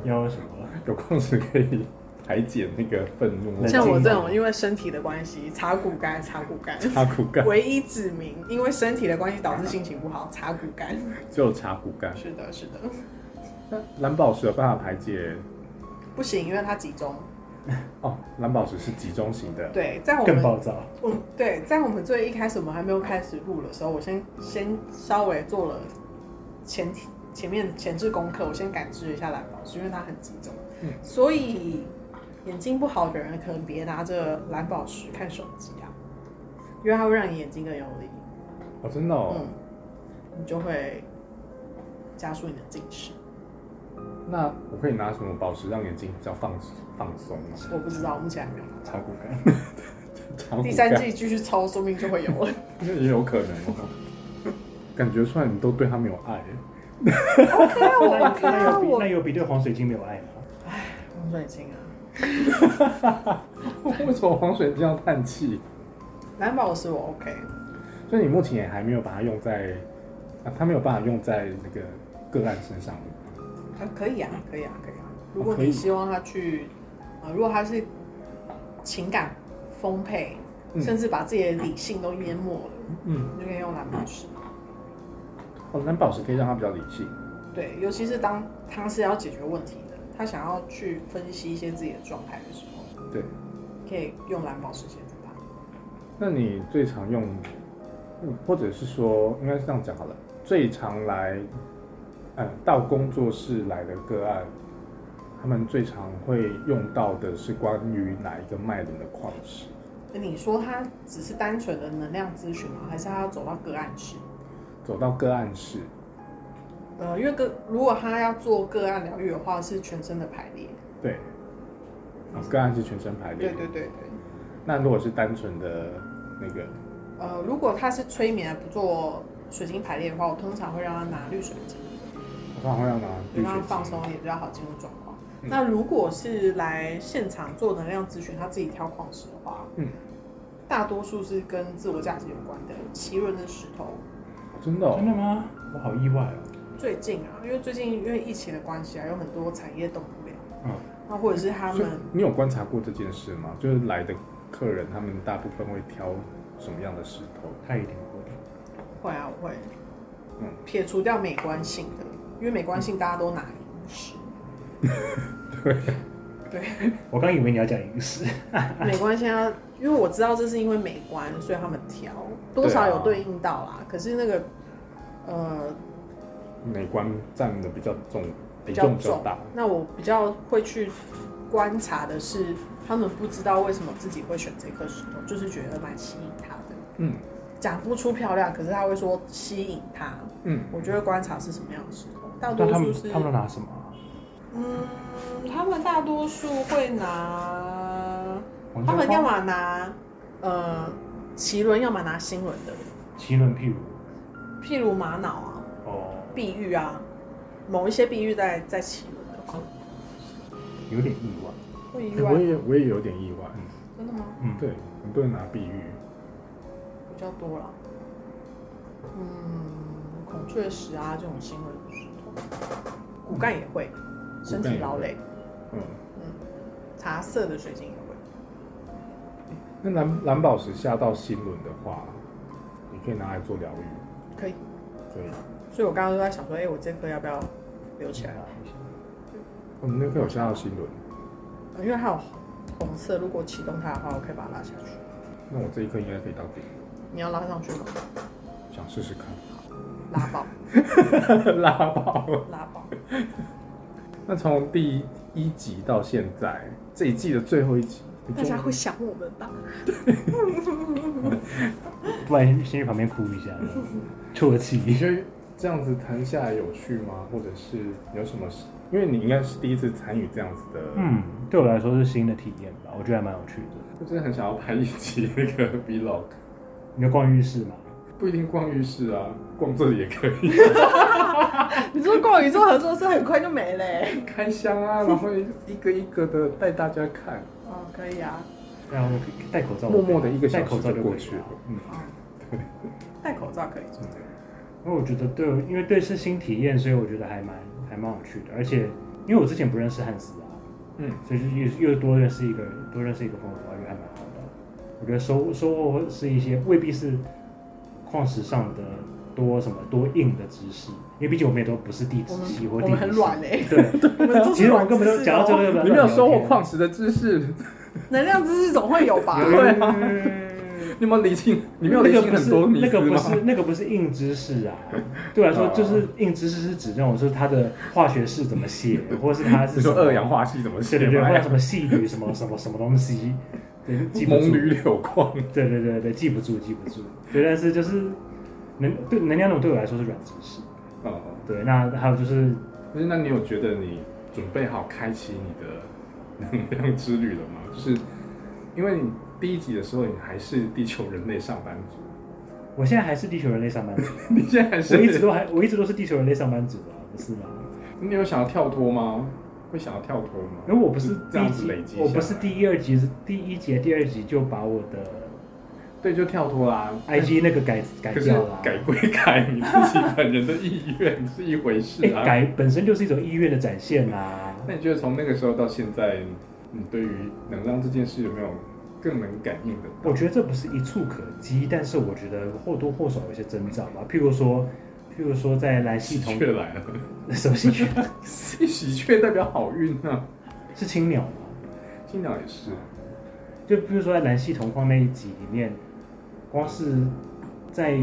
Speaker 1: 要什么？
Speaker 2: 有矿石可以排解那个愤怒，
Speaker 1: 冷静
Speaker 3: 像我这
Speaker 1: 一
Speaker 3: 种
Speaker 1: 点
Speaker 3: 因为身体的关系，查骨干，查骨干。
Speaker 2: 插骨干，
Speaker 3: 唯一指明，因为身体的关系导致心情不好，查骨干。
Speaker 2: 只有插骨干。
Speaker 3: 是的，是的，
Speaker 2: 那蓝宝石有办法排解
Speaker 3: 不行，因为它集中。
Speaker 2: 哦，蓝宝石是集中型的，
Speaker 3: 对，在我
Speaker 1: 更
Speaker 3: 们
Speaker 1: 暴躁，
Speaker 3: 我们嗯对在我们最一开始，我们还没有开始录的时候，我先先稍微做了前提前面前置功课，我先感知了一下蓝宝石，因为它很集中，
Speaker 2: 嗯
Speaker 3: 所以眼睛不好的人可能别拿着蓝宝石看手机啊，因为它会让你眼睛更有力，
Speaker 2: 哦，真的哦。
Speaker 3: 嗯，你就会加速你的近视。
Speaker 2: 那我可以拿什么宝石让眼睛比较放放松吗？
Speaker 3: 我不知道，目前还没有。
Speaker 1: 插骨感。
Speaker 2: *laughs* 长骨
Speaker 3: 第
Speaker 2: 干
Speaker 3: 三季继续抽，说不定就会有了。
Speaker 2: 也有可能哦。
Speaker 3: *laughs*
Speaker 2: 感觉出来你都对他没有爱， *laughs*
Speaker 1: 那有那有比
Speaker 3: 我
Speaker 1: 那有比对黄水晶没有爱吗？
Speaker 3: 黄水晶啊，
Speaker 2: 为什么黄水这样叹气？
Speaker 3: 蓝宝石我 OK，
Speaker 2: 所以你目前也还没有把它用在，啊，它没有办法用在那个个案身上。
Speaker 3: 可可以啊，可以啊，可以啊。如
Speaker 2: 哦
Speaker 3: 果
Speaker 2: 可以
Speaker 3: 你希望他去，呃，如果他是情感丰沛，
Speaker 2: 嗯
Speaker 3: 甚至把自己的理性都淹没了，
Speaker 2: 嗯，
Speaker 3: 你就可以用蓝宝石。
Speaker 2: 哦，蓝宝石可以让它比较理性。
Speaker 3: 对，尤其是当他是要解决问题的，他想要去分析一些自己的状态的时候，
Speaker 2: 对，
Speaker 3: 可以用蓝宝石协助他。
Speaker 2: 那你最常用，嗯或者是说，应该是这样讲好了，最常来，呃，到工作室来的个案，他们最常会用到的是关于哪一个脉轮的矿石？
Speaker 3: 你说他只是单纯的能量咨询吗？还是他要走到个案室？
Speaker 2: 走到个案室，
Speaker 3: 呃，因为个如果他要做个案疗愈的话，是全身的排列。
Speaker 2: 对，啊个案是全身排列
Speaker 3: 对
Speaker 2: 的。
Speaker 3: 对对对。
Speaker 2: 那如果是单纯的那个，
Speaker 3: 呃，如果他是催眠不做水晶排列的话，我通常会让他拿绿水晶，
Speaker 2: 我通常会让拿
Speaker 3: 就
Speaker 2: 绿
Speaker 3: 让
Speaker 2: 血
Speaker 3: 他放
Speaker 2: 清
Speaker 3: 松，也比较好进入状
Speaker 2: 嗯
Speaker 3: 况。那如果是来现场做能量咨询，他自己挑矿石的话，
Speaker 2: 嗯，
Speaker 3: 大多数是跟自我价值有关的奇轮的石头。
Speaker 2: 真的哦
Speaker 1: 真的吗？我好意外哦。
Speaker 3: 最近啊，因为最近因为疫情的关系啊，有很多产业动不了，
Speaker 1: 嗯，
Speaker 3: 那或者是他
Speaker 2: 所以
Speaker 3: 们
Speaker 2: 你有观察过这件事吗？就是来的客人，他们大部分会挑什么样的石头？
Speaker 1: 他一定会。
Speaker 3: 会啊会，
Speaker 2: 嗯
Speaker 3: 撇除掉美观性的，因为美观性大家都拿银石，
Speaker 1: 我刚以为你要讲饮食，
Speaker 3: 美观性要，啊因为我知道这是因为美观，所以他们挑，多
Speaker 1: 啊
Speaker 3: 少有对应到啦。可是那个呃
Speaker 2: 美观占的比较重，
Speaker 3: 比
Speaker 2: 比
Speaker 3: 较
Speaker 2: 重比较
Speaker 3: 重
Speaker 2: 大。，
Speaker 3: 那我比较会去观察的是，他们不知道为什么自己会选这颗石头，就是觉得蛮吸引他的，
Speaker 2: 嗯
Speaker 3: 讲不出漂亮，可是他会说吸引他。
Speaker 2: 嗯，
Speaker 3: 我就会观察是什么样的石头，大多
Speaker 1: 但他
Speaker 3: 数
Speaker 1: 们
Speaker 3: 是
Speaker 1: 他们都拿什么啊？
Speaker 3: 嗯，他们大多数会拿，
Speaker 1: 王
Speaker 3: 他
Speaker 1: 家
Speaker 3: 们
Speaker 1: 花
Speaker 3: 要么拿呃奇轮，要么拿星轮的，
Speaker 1: 奇轮譬如
Speaker 3: 譬如玛瑙啊、
Speaker 1: 哦，
Speaker 3: 碧玉啊，某一些碧玉在在奇轮的，
Speaker 1: 有点意外。
Speaker 3: 会意
Speaker 2: 欸
Speaker 3: 外
Speaker 2: 我也我也有点意外。
Speaker 3: 真的吗？
Speaker 1: 嗯，
Speaker 2: 对，很多人拿碧玉，
Speaker 3: 比较多了，嗯，孔雀石啊这种星轮的石头，骨干也会，身体劳累，嗯
Speaker 2: 嗯，
Speaker 3: 茶色的水晶也会。
Speaker 2: 那蓝蓝宝石下到心轮的话，你可以拿来做疗愈，
Speaker 3: 可以，
Speaker 2: 可以。
Speaker 3: 所以我刚刚都在想说，哎、我这颗要不要留起来？啊
Speaker 2: 我们嗯那颗有下到心轮，
Speaker 3: 因为它有红色，如果启动它的话，我可以把它拉下去。
Speaker 2: 那我这一颗应该可以到顶，
Speaker 3: 你要拉上去吗？
Speaker 2: 想试试看。
Speaker 3: *laughs* 拉爆，
Speaker 2: 拉爆！
Speaker 3: 拉爆！
Speaker 2: 那从第一集到现在，这一季的最后一集，你
Speaker 3: 大
Speaker 2: 终于
Speaker 3: 家会想我们吧？
Speaker 1: 不然先先去旁边哭
Speaker 3: *laughs*
Speaker 1: 一下，啜泣。
Speaker 2: 你觉得这样子谈下来有趣吗？或者是有什么？因为你应该是第一次参与这样子的，，
Speaker 1: 嗯，对我来说是新的体验吧，我觉得还蛮有趣的。
Speaker 2: 我真的很想要拍一集那个 *laughs* vlog，
Speaker 1: 你要逛浴室吗？
Speaker 2: 不一定逛浴室啊，逛这里也可以，
Speaker 3: 哎你说逛宇宙合作社很快就没了、欸？
Speaker 2: 开箱啊，然后一个一个的带大家看，
Speaker 3: 哦，可以啊。
Speaker 1: 然后戴口罩，
Speaker 2: 默默的一个
Speaker 1: 戴
Speaker 2: 小
Speaker 1: 口
Speaker 2: 时
Speaker 1: 罩
Speaker 2: 就
Speaker 1: 就
Speaker 2: 过
Speaker 1: 可以
Speaker 2: 去了
Speaker 1: 了。。
Speaker 2: 嗯，
Speaker 1: *laughs*
Speaker 3: 戴口罩可以做。
Speaker 1: 因为我觉得对，因为对是新体验，所以我觉得还蛮还蛮有趣的。而且因为我之前不认识汉斯啊，
Speaker 2: 嗯，
Speaker 1: 所以就又又多认识一个多认识一个朋友的话，就还蛮好的。我觉得收收获是一些未必是矿石上的多什么多硬的知识，因为毕竟我们也都不是地质
Speaker 3: 我们
Speaker 1: 系或
Speaker 3: 我
Speaker 1: 地理
Speaker 3: 们很
Speaker 1: 系
Speaker 3: 软嘞、
Speaker 1: 对，
Speaker 3: 我们都
Speaker 1: 其
Speaker 3: 是
Speaker 1: 实我们
Speaker 3: 软知
Speaker 1: 根
Speaker 3: 识
Speaker 1: 本就讲到这
Speaker 3: 哦
Speaker 1: 个，
Speaker 2: 你没有收获矿石的知识，
Speaker 3: 能量知识总会有吧？
Speaker 1: 有有有
Speaker 2: 对你有没有理清？你没有
Speaker 1: 那
Speaker 2: 理
Speaker 1: 个
Speaker 2: 清
Speaker 1: 不
Speaker 2: 很
Speaker 1: 是
Speaker 2: 多迷
Speaker 1: 那
Speaker 2: 思
Speaker 1: 个不
Speaker 2: 吗？
Speaker 1: 是那个不是硬知
Speaker 2: *laughs*
Speaker 1: 识啊，对我来说
Speaker 2: 哦
Speaker 1: 就是硬知识是指那种就是它的化学式怎么写，
Speaker 2: *laughs*
Speaker 1: 或是它是
Speaker 2: 你
Speaker 1: 什
Speaker 2: 说
Speaker 1: 么
Speaker 2: 二氧化系怎么
Speaker 1: 对
Speaker 2: 写
Speaker 1: 对对，
Speaker 2: 吗
Speaker 1: 或？者什么细铝什么什么什么
Speaker 2: *laughs*
Speaker 1: 东西，对，记不
Speaker 2: 蒙
Speaker 1: 住，
Speaker 2: 驴柳矿，哦
Speaker 1: 对对对对，记不住记不住，对，但是就是能对能量那种对我来说是软知识，
Speaker 2: 哦，
Speaker 1: 对，那还有就是
Speaker 2: 可是那你有觉得你准备好开启你的能量之旅了吗？ *laughs* 就是因为你第一集的时候，你还是地球人类上班族， *laughs*
Speaker 1: 我现在还是地球人类上班族，
Speaker 2: 你现在还
Speaker 1: 我一直
Speaker 2: 是，
Speaker 1: 都还我一直都是地球人类上班族啊，不是吗？
Speaker 2: 你有想要跳脱吗？会想要跳脱吗？
Speaker 1: 因为我不是
Speaker 2: 这
Speaker 1: 第一
Speaker 2: 样子累
Speaker 1: 集
Speaker 2: 积，下
Speaker 1: 我
Speaker 2: 来，
Speaker 1: 不是第一二集，第一节第二集就把我的
Speaker 2: 对，就跳脱啦。
Speaker 1: IG 那个改哎改
Speaker 2: 嗯可是
Speaker 1: 掉了啊，
Speaker 2: 改归改，你自己本人的意愿是一回事
Speaker 1: *laughs* 哎
Speaker 2: 啊。
Speaker 1: 改本身就是一种意愿的展现啊。
Speaker 2: 那你觉得从那个时候到现在，你对于能量这件事有没有更能感应的？
Speaker 1: 我觉得这不是一触可及，但是我觉得或多或少有些征兆吧。譬如说，譬如说在来系
Speaker 2: 喜
Speaker 1: 统
Speaker 2: 鹊来了， *laughs*
Speaker 1: 什么喜鹊
Speaker 2: 喜鹊代表好运啊，
Speaker 1: 是青鸟吗？
Speaker 2: 青鸟也是。
Speaker 1: 嗯就譬如说在蓝系同框那一集里面，光是在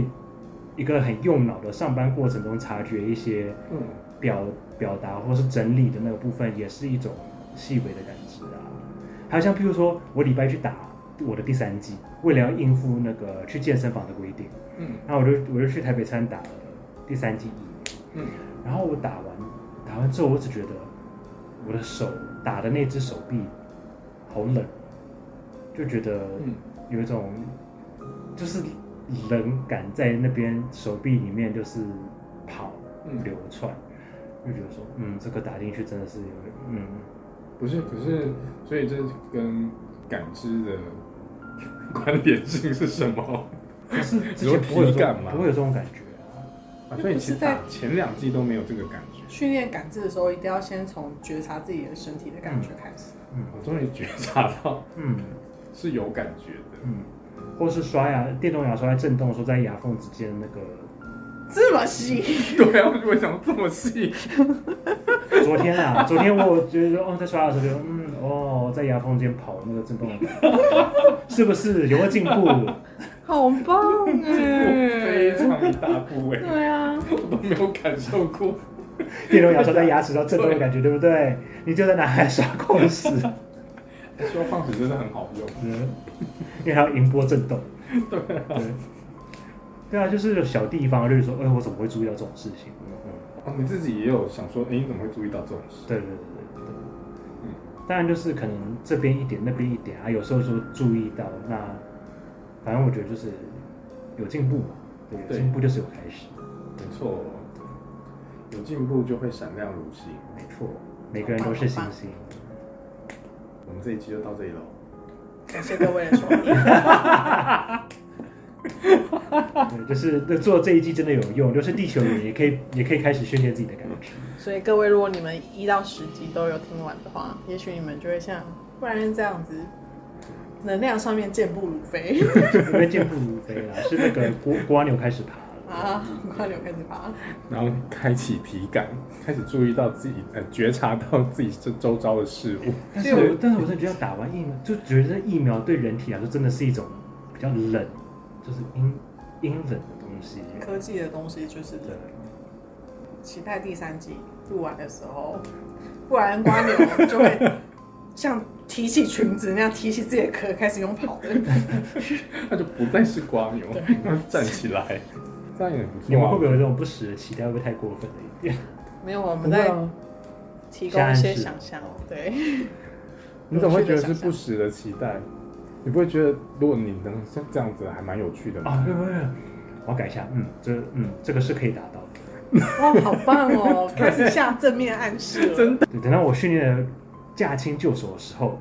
Speaker 1: 一个很用脑的上班过程中察觉一些
Speaker 2: 嗯，
Speaker 1: 表表达或是整理的那个部分，也是一种细微的感知啊。还有像譬如说，我礼拜去打我的第三季，为了要应付那个去健身房的规定，
Speaker 2: 嗯
Speaker 1: 那我就我就去台北餐打了第三季疫苗，
Speaker 2: 嗯，
Speaker 1: 然后我打完打完之后，我只觉得我的手打的那只手臂好冷，就觉得
Speaker 2: 嗯
Speaker 1: 有一种就是冷感在那边手臂里面就是跑
Speaker 2: 嗯
Speaker 1: 流窜，就觉得说，嗯，这个打进去真的是有，嗯，
Speaker 2: 不是，可是所以这跟感知的关联性是什么？
Speaker 1: 可嗯是
Speaker 2: *laughs*
Speaker 1: 之
Speaker 2: 有
Speaker 1: 前不会有
Speaker 2: 体
Speaker 1: 这
Speaker 2: 感
Speaker 1: 种
Speaker 2: 吗
Speaker 1: 不会有这种感觉啊。
Speaker 2: 啊、所以其实
Speaker 3: 就不是在
Speaker 2: 打前两季都没有这个感觉。
Speaker 3: 训练感知的时候，一定要先从觉察自己的身体的感觉开始。
Speaker 1: 嗯
Speaker 2: 我终于觉察到
Speaker 1: 嗯
Speaker 2: 是有感觉的。
Speaker 1: 嗯，或是刷牙，电动牙刷在震动的时候，在牙缝之间那个
Speaker 3: 这么细，
Speaker 2: *laughs* 对啊，我为什么这么细？
Speaker 1: 昨天啊，昨天我觉得哦，在刷牙的时候，嗯，哦，在牙缝间跑那个震动的感觉， *laughs* 是不是有没有进步？
Speaker 3: 好棒
Speaker 2: 非
Speaker 1: *laughs*
Speaker 3: 哎！
Speaker 2: 常大部位，
Speaker 3: 对啊，
Speaker 2: 我都没有感受过。
Speaker 1: 电容牙刷在牙齿上震动的感觉，对不对？你就在拿来刷矿石，
Speaker 2: 说放水真的很好用。
Speaker 1: *laughs* 嗯，因为还有音波震动，对啊，对啊，就是有小地方就是说，哎，我怎么会注意到这种事情？嗯，
Speaker 2: 哦，你自己也有想说，哎，你怎么会注意到这种事？
Speaker 1: 对对对对对，
Speaker 2: 嗯
Speaker 1: 当然就是可能这边一点，那边一点啊，有时候说注意到，那反正我觉得就是有进步嘛，对，有
Speaker 2: 对
Speaker 1: 进步就是有开始，
Speaker 2: 没错，哦有进步就会闪亮如星。
Speaker 1: 没错，每个人都是星星，
Speaker 2: 我们这一期就到这里了。
Speaker 3: 感谢各位的收听。
Speaker 1: 对，就是那做这一季真的有用，就是地球人也可以也可以开始训练自己的感觉，
Speaker 3: *laughs*
Speaker 1: *laughs*
Speaker 3: 所以各位，如果你们一到十集都有听完的话，也许你们就会像不然这样子，能量上面健步如飞 *laughs*
Speaker 1: 因为健步如飞啦，是那个蜗蜗牛开始爬了，
Speaker 3: 啊！很快就开始爬。
Speaker 2: 然后开启体感，开始注意到自己，呃，觉察到自己这周遭的事物。 *laughs*
Speaker 1: 但是我但是我真的觉得打完疫苗，就觉得疫苗对人体来说真的是一种比较冷，就是阴阴冷的东西，
Speaker 3: 科技的东西就是
Speaker 1: 对。
Speaker 3: 期待第三集录完的时候，不然瓜牛就会像提起裙子那样提起自己的壳，开始用跑的。
Speaker 2: 那就不再是瓜牛，站起来， *laughs* 这样也不错。啊
Speaker 1: 你们会不会有这种不实的期待？会不会太过分了一点？
Speaker 3: 没有，我
Speaker 2: 不会
Speaker 3: 们在
Speaker 2: 啊？
Speaker 3: 提供一些想象。哦对，
Speaker 2: 你怎么会觉得是不实的期待？你不会觉得，如果你能像这样子，还蛮有趣的吗？
Speaker 1: 啊，没有没有，没有我要改一下。嗯，这嗯，这个是可以达到的。
Speaker 3: 哇，好棒哦！开始下正面暗示了，真的
Speaker 1: 对，等到我训练了驾轻就熟的时候，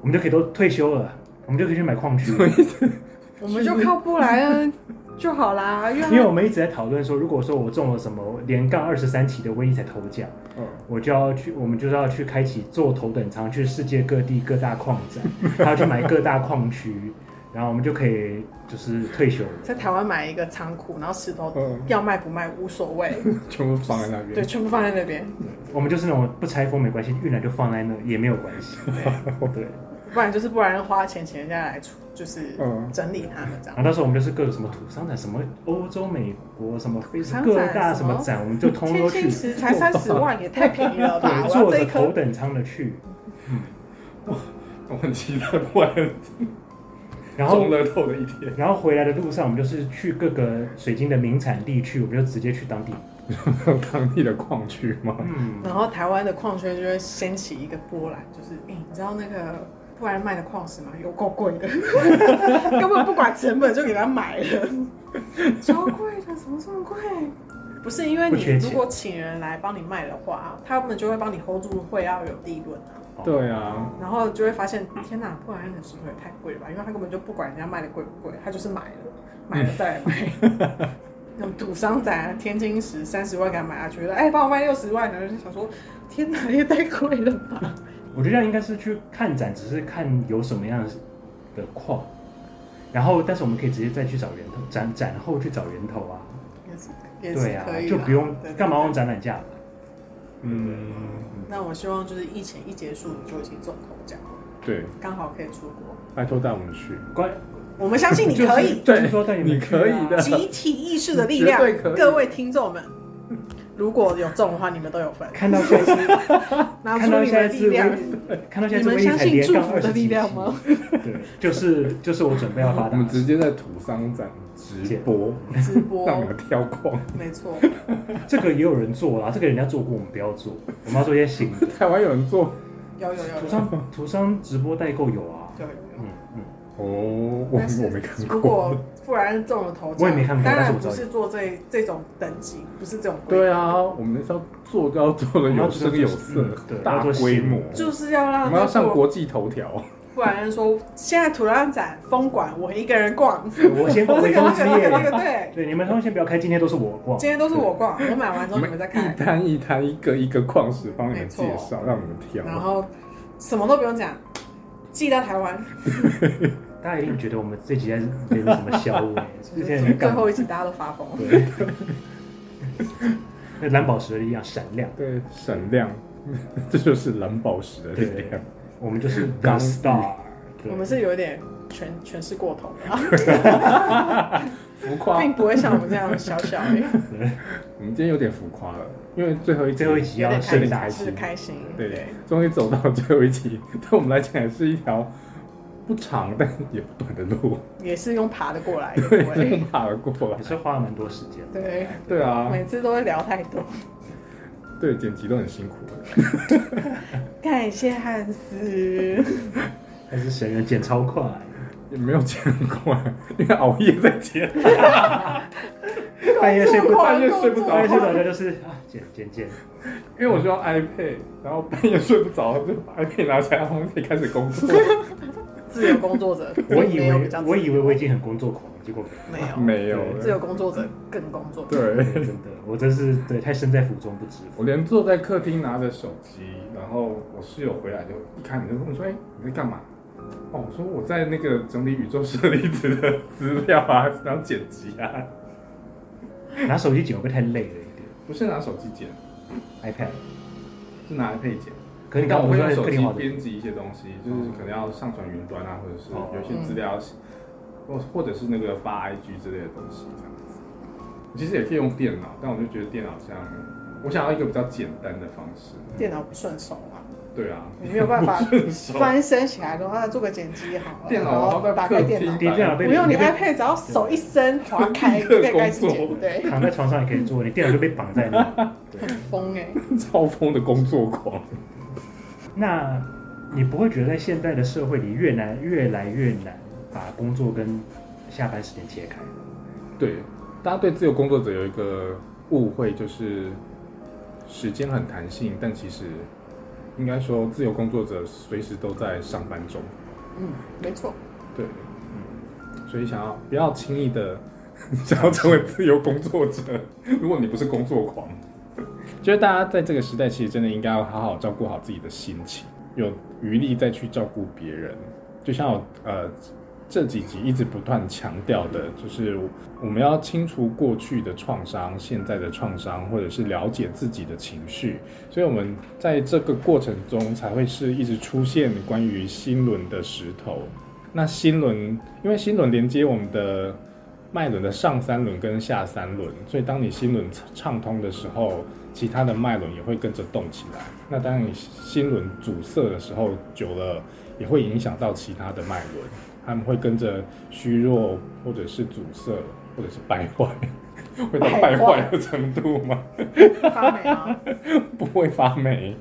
Speaker 1: 我们就可以都退休了，我们就可以去买矿区。
Speaker 3: 我们就靠布莱恩就好啦，因
Speaker 1: 因为
Speaker 3: 为
Speaker 1: 我们一直在讨论说，如果说我中了什么连杠二十三期的瘟疫才头奖，
Speaker 2: 嗯，
Speaker 1: 我就要去，我们就是要去开启坐头等舱，去世界各地各大矿展， *laughs* 还要去买各大矿区，然后我们就可以就是退休了。
Speaker 3: 在台湾买一个仓库，然后石头
Speaker 2: 嗯
Speaker 3: 要卖不卖无所谓，
Speaker 2: 全部放在那
Speaker 3: 对，
Speaker 2: 边。
Speaker 3: 全部放在那边，
Speaker 1: 我们就是那种不拆封没关系，运来就放在那也没有关系。对，
Speaker 3: 不然就是不然花钱请人家来出，就是
Speaker 2: 嗯
Speaker 3: 整理他们这
Speaker 1: 然
Speaker 3: 样
Speaker 1: 后。到时候我们就是各个什么土商展，什么欧洲、美国什么非
Speaker 3: 商展
Speaker 1: 各大什
Speaker 3: 什么
Speaker 1: 么展，我们就通通
Speaker 3: 天
Speaker 1: 都
Speaker 3: 星
Speaker 1: 去，
Speaker 3: 石才三十万，也太便宜了吧！
Speaker 1: *laughs* 对，
Speaker 3: 我要
Speaker 1: 坐
Speaker 3: 这一
Speaker 1: 着头
Speaker 3: 颗，
Speaker 1: 等舱的去。
Speaker 2: 我很期待过来
Speaker 1: 然后
Speaker 2: 中，乐透的一天。
Speaker 1: 然后回来的路上，我们就是去各个水晶的名产地区，我们就直接去当地。
Speaker 2: *laughs* 当地的矿区吗？
Speaker 1: 嗯，
Speaker 3: 然后台湾的矿圈就会掀起一个波澜，就是，哎、你知道那个不然卖的矿石吗？有够贵
Speaker 1: *laughs*
Speaker 3: 的，根本不管成本就给他买了，超贵的，怎么这么贵？不是因为
Speaker 1: 不
Speaker 3: 你
Speaker 1: 缺钱
Speaker 3: 如果请人来帮你卖的话，他们就会帮你 hold 住会要有利润啊。
Speaker 1: 哦
Speaker 2: 对啊，
Speaker 3: 然后就会发现，天哪，不然的石头也太贵了吧？因为他根本就不管人家卖的贵不贵，他就是买了，买了再来卖。那种赌商仔啊，天津石三十万给他买下去，了，哎，帮我卖六十万，然后就想说，天哪，也太贵了
Speaker 1: *laughs*
Speaker 3: 吧？
Speaker 1: 我觉得这样应该是去看展，只是看有什么样的矿，然后但是我们可以直接再去找源头，展展后去找源头啊。
Speaker 3: 也是也
Speaker 1: 对
Speaker 3: 是
Speaker 1: 啊
Speaker 3: 可，以啦，
Speaker 1: 就不用
Speaker 3: 对
Speaker 1: 干嘛用？展览架嘛。
Speaker 2: 嗯，
Speaker 3: 那我希望就是疫情一结束，你就已经中头奖了，
Speaker 2: 对，
Speaker 3: 刚好可以出国。
Speaker 2: 拜托带我们去，
Speaker 1: 关
Speaker 3: 我们相信你
Speaker 1: 就是
Speaker 3: 可以，
Speaker 1: *laughs* 就是说带你
Speaker 2: 你
Speaker 1: 们去啊
Speaker 2: 可以的。
Speaker 3: 集体意识的力量
Speaker 2: 绝对可，以
Speaker 3: 各位听众们，如果有中的话，你们都有份，
Speaker 1: 看到下一次，
Speaker 3: 拿
Speaker 1: 看
Speaker 3: 出
Speaker 1: 到
Speaker 3: 你们
Speaker 1: 下
Speaker 3: 的
Speaker 1: 一
Speaker 3: 力
Speaker 1: 次
Speaker 3: 量。
Speaker 1: 威，看到下一
Speaker 3: 你
Speaker 1: 次
Speaker 3: 们
Speaker 1: 威力
Speaker 3: 相
Speaker 1: 才
Speaker 3: 信
Speaker 1: 连
Speaker 3: 祝
Speaker 1: 杠
Speaker 3: 福
Speaker 1: 二
Speaker 3: 的
Speaker 1: 十
Speaker 3: 力
Speaker 1: 几期 *laughs*
Speaker 3: 量吗？
Speaker 1: 对，就是就是我准备要发
Speaker 2: 我
Speaker 1: 达
Speaker 2: 们，直接在土商展直播，
Speaker 3: 直
Speaker 2: 让我
Speaker 3: 播，
Speaker 2: 们挑矿。
Speaker 3: 没错，
Speaker 1: 这个也有人做啊啦，这个人家做过，我们不要做，我们要做一些新的。
Speaker 2: *laughs* 台湾有人做，
Speaker 3: 有有有有
Speaker 1: 图商图商直播代购有啊，
Speaker 3: 有有有，
Speaker 1: 嗯嗯，
Speaker 2: 我哦，我
Speaker 3: 但是
Speaker 2: 我没
Speaker 1: 嗯
Speaker 2: 看
Speaker 3: 如
Speaker 2: 过
Speaker 3: 果。富兰中了头奖，
Speaker 1: 我也没看过
Speaker 3: 当
Speaker 1: 但是
Speaker 3: 然
Speaker 1: 我知
Speaker 3: 不
Speaker 1: 道
Speaker 3: 是做这这种等级，不是这种规
Speaker 2: *laughs*
Speaker 3: 模
Speaker 2: 对，啊，我们那时候做都要做的有声有色
Speaker 1: 嗯，对
Speaker 2: 大
Speaker 1: 要做
Speaker 2: 规模，
Speaker 1: 新
Speaker 3: 就是要让
Speaker 2: 我
Speaker 3: 他
Speaker 2: 们要上
Speaker 3: 做
Speaker 2: 国际头条。
Speaker 3: 不然说现在土壤展封馆，我一个人逛，
Speaker 1: *laughs* 我先
Speaker 3: 我
Speaker 1: 逛
Speaker 3: 这
Speaker 1: 微
Speaker 3: 个
Speaker 1: 风
Speaker 3: 那
Speaker 1: 之
Speaker 3: 个那个那
Speaker 1: 夜。
Speaker 3: 个，对，
Speaker 1: 对，你们通先不要开，今天都是我逛。
Speaker 3: 今天都是我逛，我买完之后你们再看
Speaker 2: 啊一，摊一摊，一个一个矿石帮你们
Speaker 3: 没错
Speaker 2: 介绍，让你们挑。啊
Speaker 3: 然后什么都不用讲，寄到台湾，
Speaker 1: 大家一定觉得我们这集在聊什么消
Speaker 3: *laughs*
Speaker 1: 味，
Speaker 3: 就
Speaker 1: 之前人
Speaker 3: 是最
Speaker 1: 干嘛
Speaker 3: 后一集大家都发疯。
Speaker 1: 对，那蓝宝石的力量闪亮，
Speaker 2: 对，闪亮， *laughs* 这就是蓝宝石的力量。
Speaker 1: 我们就是
Speaker 2: 钢
Speaker 1: The
Speaker 2: 嗯
Speaker 1: Star，对
Speaker 3: 我们是有一点全全是过头的啊，
Speaker 2: 浮夸，
Speaker 3: 并不会像我们这样小小而已，
Speaker 2: 我们今天有点浮夸了，因为最后一
Speaker 1: 最后一
Speaker 2: 集，
Speaker 1: 集
Speaker 3: 有
Speaker 1: 要
Speaker 3: 点开
Speaker 1: 盛
Speaker 3: 心，
Speaker 1: 大
Speaker 3: 是开心，
Speaker 2: 对，终于走到最后一集，对我们来讲也是一条不长但也不短的路，
Speaker 3: 也是用爬的过来的，
Speaker 2: 对，真
Speaker 3: 对
Speaker 2: 的爬了过来
Speaker 1: 也。是花了蛮多时间。
Speaker 3: 对，
Speaker 2: 对啊，
Speaker 3: 每次都会聊太多。
Speaker 2: 对，剪辑都很辛苦的。
Speaker 3: 感谢汉斯，
Speaker 1: 但是神人剪超快，
Speaker 2: 也没有剪过来，因为熬夜在剪，
Speaker 1: 半夜睡不
Speaker 3: 工
Speaker 1: 着，
Speaker 3: 作
Speaker 2: 半夜睡不
Speaker 1: 半夜睡
Speaker 2: 着，
Speaker 1: 不着就是啊，剪剪剪，
Speaker 2: 因为我就用 iPad，然后半夜睡不着，就把 iPad 拿起来，然后可以开始工作。
Speaker 3: 自由工作者，
Speaker 1: 我以
Speaker 3: 嗯没有
Speaker 1: 为
Speaker 3: 比较自由
Speaker 1: 我以为我已经很工作狂了，结果
Speaker 3: 没有
Speaker 2: 没有
Speaker 1: 对
Speaker 3: 自由工作者更工作，
Speaker 2: 对 *laughs*
Speaker 1: 对，真的，我真是对太身在福中不知
Speaker 2: 我
Speaker 1: 福。
Speaker 2: 连坐在客厅拿着手机，然后我室友回来就一开门就问我说：“哎、你在干嘛？”哦，我说我在那个整理宇宙舍利子的资料啊，然后剪辑啊，
Speaker 1: 拿手机剪会不会太累了一
Speaker 2: 不是拿手机剪，
Speaker 1: 点？iPad，
Speaker 2: 是拿 iPad 剪。
Speaker 1: 可是你
Speaker 2: 但
Speaker 1: 刚
Speaker 2: 我
Speaker 1: 刚
Speaker 2: 会用
Speaker 1: 不是在
Speaker 2: 手
Speaker 1: 客
Speaker 2: 机
Speaker 1: 厅滑的
Speaker 2: 编辑一些东西，就是可能要上传云端啊，或者是
Speaker 1: 哦嗯
Speaker 2: 有一些资料要写，或或者是那个发 IG 之类的东西这样子。我其实也可以用电脑，但我就觉得电脑这样，我想要一个比较简单的方式。
Speaker 3: 电脑不顺手啊，
Speaker 2: 对
Speaker 1: *laughs*
Speaker 2: 啊，
Speaker 3: 你没有办法
Speaker 2: 顺手。
Speaker 3: 翻身起来的话，做个剪辑好了，
Speaker 2: 电脑
Speaker 3: 然后
Speaker 2: 然后
Speaker 3: 打开电
Speaker 2: 客
Speaker 3: 脑
Speaker 2: 厅，
Speaker 1: 电电脑
Speaker 3: 不
Speaker 1: 被
Speaker 3: 用你
Speaker 1: 你被
Speaker 3: iPad，只要手一伸划开
Speaker 2: 立
Speaker 3: 就
Speaker 2: 刻
Speaker 3: 可以开始
Speaker 2: 工作
Speaker 3: 剪，对，
Speaker 1: *laughs* 躺在床上也可以做，你电脑就被绑在那。
Speaker 3: 很疯哎。
Speaker 2: 超疯的工作狂。
Speaker 1: 那你不会觉得在现代的社会里越难越来越难把工作跟下班时间切开？
Speaker 2: 对，大家对自由工作者有一个误会，就是时间很弹性，但其实应该说自由工作者随时都在上班中。
Speaker 3: 嗯，没错，
Speaker 2: 对，嗯，所以想要不要轻易的想要成为自由工作者， *laughs* 如果你不是工作狂， *laughs* 就是大家在这个时代，其实真的应该要好好照顾好自己的心情，有余力再去照顾别人。就像我呃这几集一直不断强调的，就是我们要清除过去的创伤、现在的创伤，或者是了解自己的情绪。所以我们在这个过程中才会是一直出现关于心轮的石头。那心轮，因为心轮连接我们的脉轮的上三轮跟下三轮，所以当你心轮畅畅通的时候，其他的脉轮也会跟着动起来。那当你心轮阻塞的时候，久了也会影响到其他的脉轮，他们会跟着虚弱或者是阻塞或者是败坏， *laughs* 会到败坏的程度吗？
Speaker 3: 发霉啊，
Speaker 2: 不会发霉，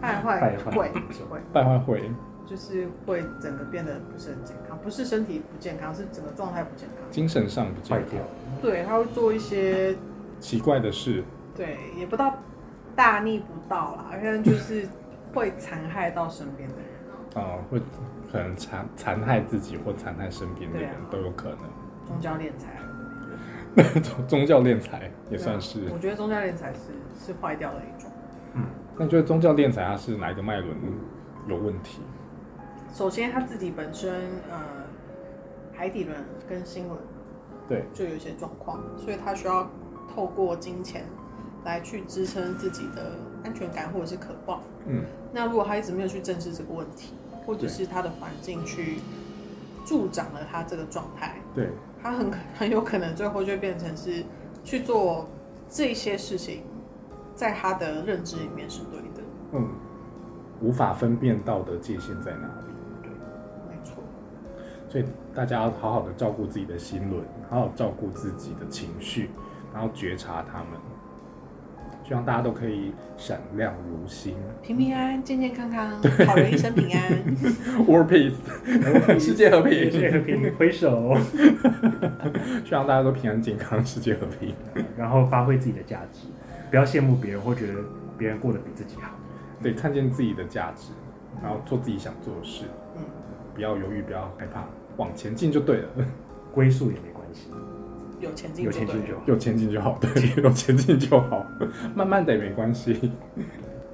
Speaker 3: 败坏
Speaker 1: 败坏
Speaker 3: 会会，
Speaker 2: 败坏会。
Speaker 3: 就是会整个变得不是很健康，不是身体不健康，是整个状态不健康。
Speaker 2: 精神上不健
Speaker 1: 坏
Speaker 2: 康
Speaker 1: 掉，
Speaker 2: 嗯
Speaker 3: 对，他会做一些
Speaker 2: 奇怪的事，
Speaker 3: 对，也不到大逆不道啦，但就是会残害到身边的人。
Speaker 2: 啊、会可能残残害自己或残害身边的人
Speaker 3: 对啊
Speaker 2: 都有可能。
Speaker 3: 宗教敛财
Speaker 2: *laughs*
Speaker 3: 啊
Speaker 2: 宗宗教敛财也算是
Speaker 3: 对啊，我觉得宗教敛财是是坏掉的一种。
Speaker 2: 那你觉得宗教敛财它是哪一个脉轮有问题？
Speaker 3: 首先，他自己本身呃海底轮跟心轮
Speaker 2: 对，
Speaker 3: 就有一些状况，所以他需要透过金钱来去支撑自己的安全感或者是渴望。
Speaker 2: 嗯，
Speaker 3: 那如果他一直没有去正视这个问题，或者
Speaker 2: 对
Speaker 3: 是他的环境去助长了他这个状态，
Speaker 2: 对，
Speaker 3: 他很可 *laughs* 很有可能最后就变成是去做这些事情，在他的认知里面是对的，
Speaker 2: 嗯，无法分辨到的界限在哪里，
Speaker 3: 没错。
Speaker 2: 所以大家要好好的照顾自己的心轮，好好照顾自己的情绪，然后觉察他们。希望大家都可以闪亮如星。
Speaker 3: 平平安安、健健康
Speaker 1: *laughs*
Speaker 3: 康，好人一生平安。
Speaker 2: War
Speaker 3: *laughs*
Speaker 2: peace，世界和
Speaker 1: 谢谢
Speaker 2: 平。
Speaker 1: 和平挥手，
Speaker 2: 希望大家都平安健康，世界和平。
Speaker 1: 然后发挥自己的价值，不要羡慕别人或觉得别人过得比自己好。
Speaker 2: 对，看见自己的价值，然后做自己想做的事，
Speaker 3: 嗯，
Speaker 2: 不要犹豫，不要害怕，往前进就对了，
Speaker 1: 归宿也没关系，
Speaker 3: 有前进，
Speaker 1: 有前进就。好。
Speaker 2: 有前进就好，对，有前进就好，慢慢的也没关系。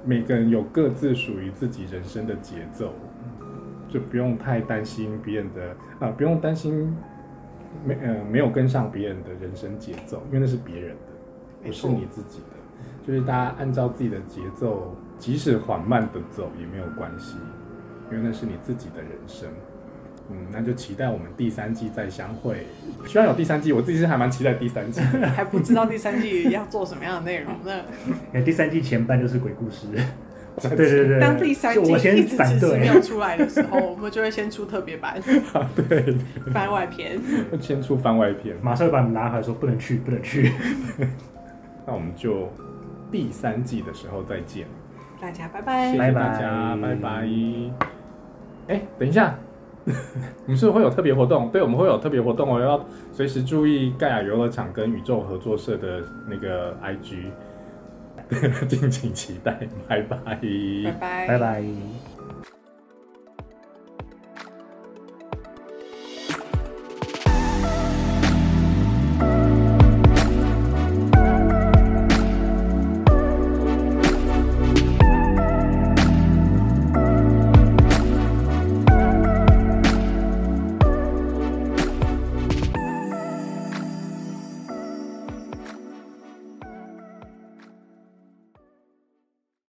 Speaker 2: 每个人有各自属于自己人生的节奏，就不用太担心别人的啊、不用担心没呃没有跟上别人的人生节奏，因为那是别人的，
Speaker 3: 没
Speaker 2: 不是
Speaker 3: 错
Speaker 2: 你自己的。就是大家按照自己的节奏，即使缓慢的走也没有关系，因为那是你自己的人生。嗯，那就期待我们第三季再相会。希望有第三季，我自己是还蛮期待第三季的。
Speaker 3: 还不知道第三季要做什么样的内容呢？
Speaker 1: 因为第三季前半就是鬼故
Speaker 3: *laughs*
Speaker 1: 事，
Speaker 2: *laughs*
Speaker 1: 对 *laughs* 对 *laughs* 对。
Speaker 3: 当第三
Speaker 1: 就
Speaker 3: 季
Speaker 1: 我
Speaker 3: 一
Speaker 1: 先
Speaker 3: 直
Speaker 1: 反
Speaker 3: 迟迟
Speaker 1: 对啊
Speaker 3: 没，有出来的时候，我们就会先出特
Speaker 1: *laughs*
Speaker 3: 别版、
Speaker 2: 对，
Speaker 3: 番外篇。
Speaker 2: 会先出番外篇，
Speaker 1: 马上就把你们拉回来说不能去，不能去。
Speaker 2: 那我们就第三季的时候再见。
Speaker 3: 大家拜
Speaker 2: 谢
Speaker 3: 拜
Speaker 2: 谢。大家，拜拜。哎、等一
Speaker 3: *laughs*
Speaker 2: 下，我们是不是会有特别活动？对，我们会有特别活动哦，要随时注意盖亚游乐场跟宇宙合作社的那个 *laughs* IG，敬请期待，拜拜
Speaker 3: 拜拜，
Speaker 1: 拜拜。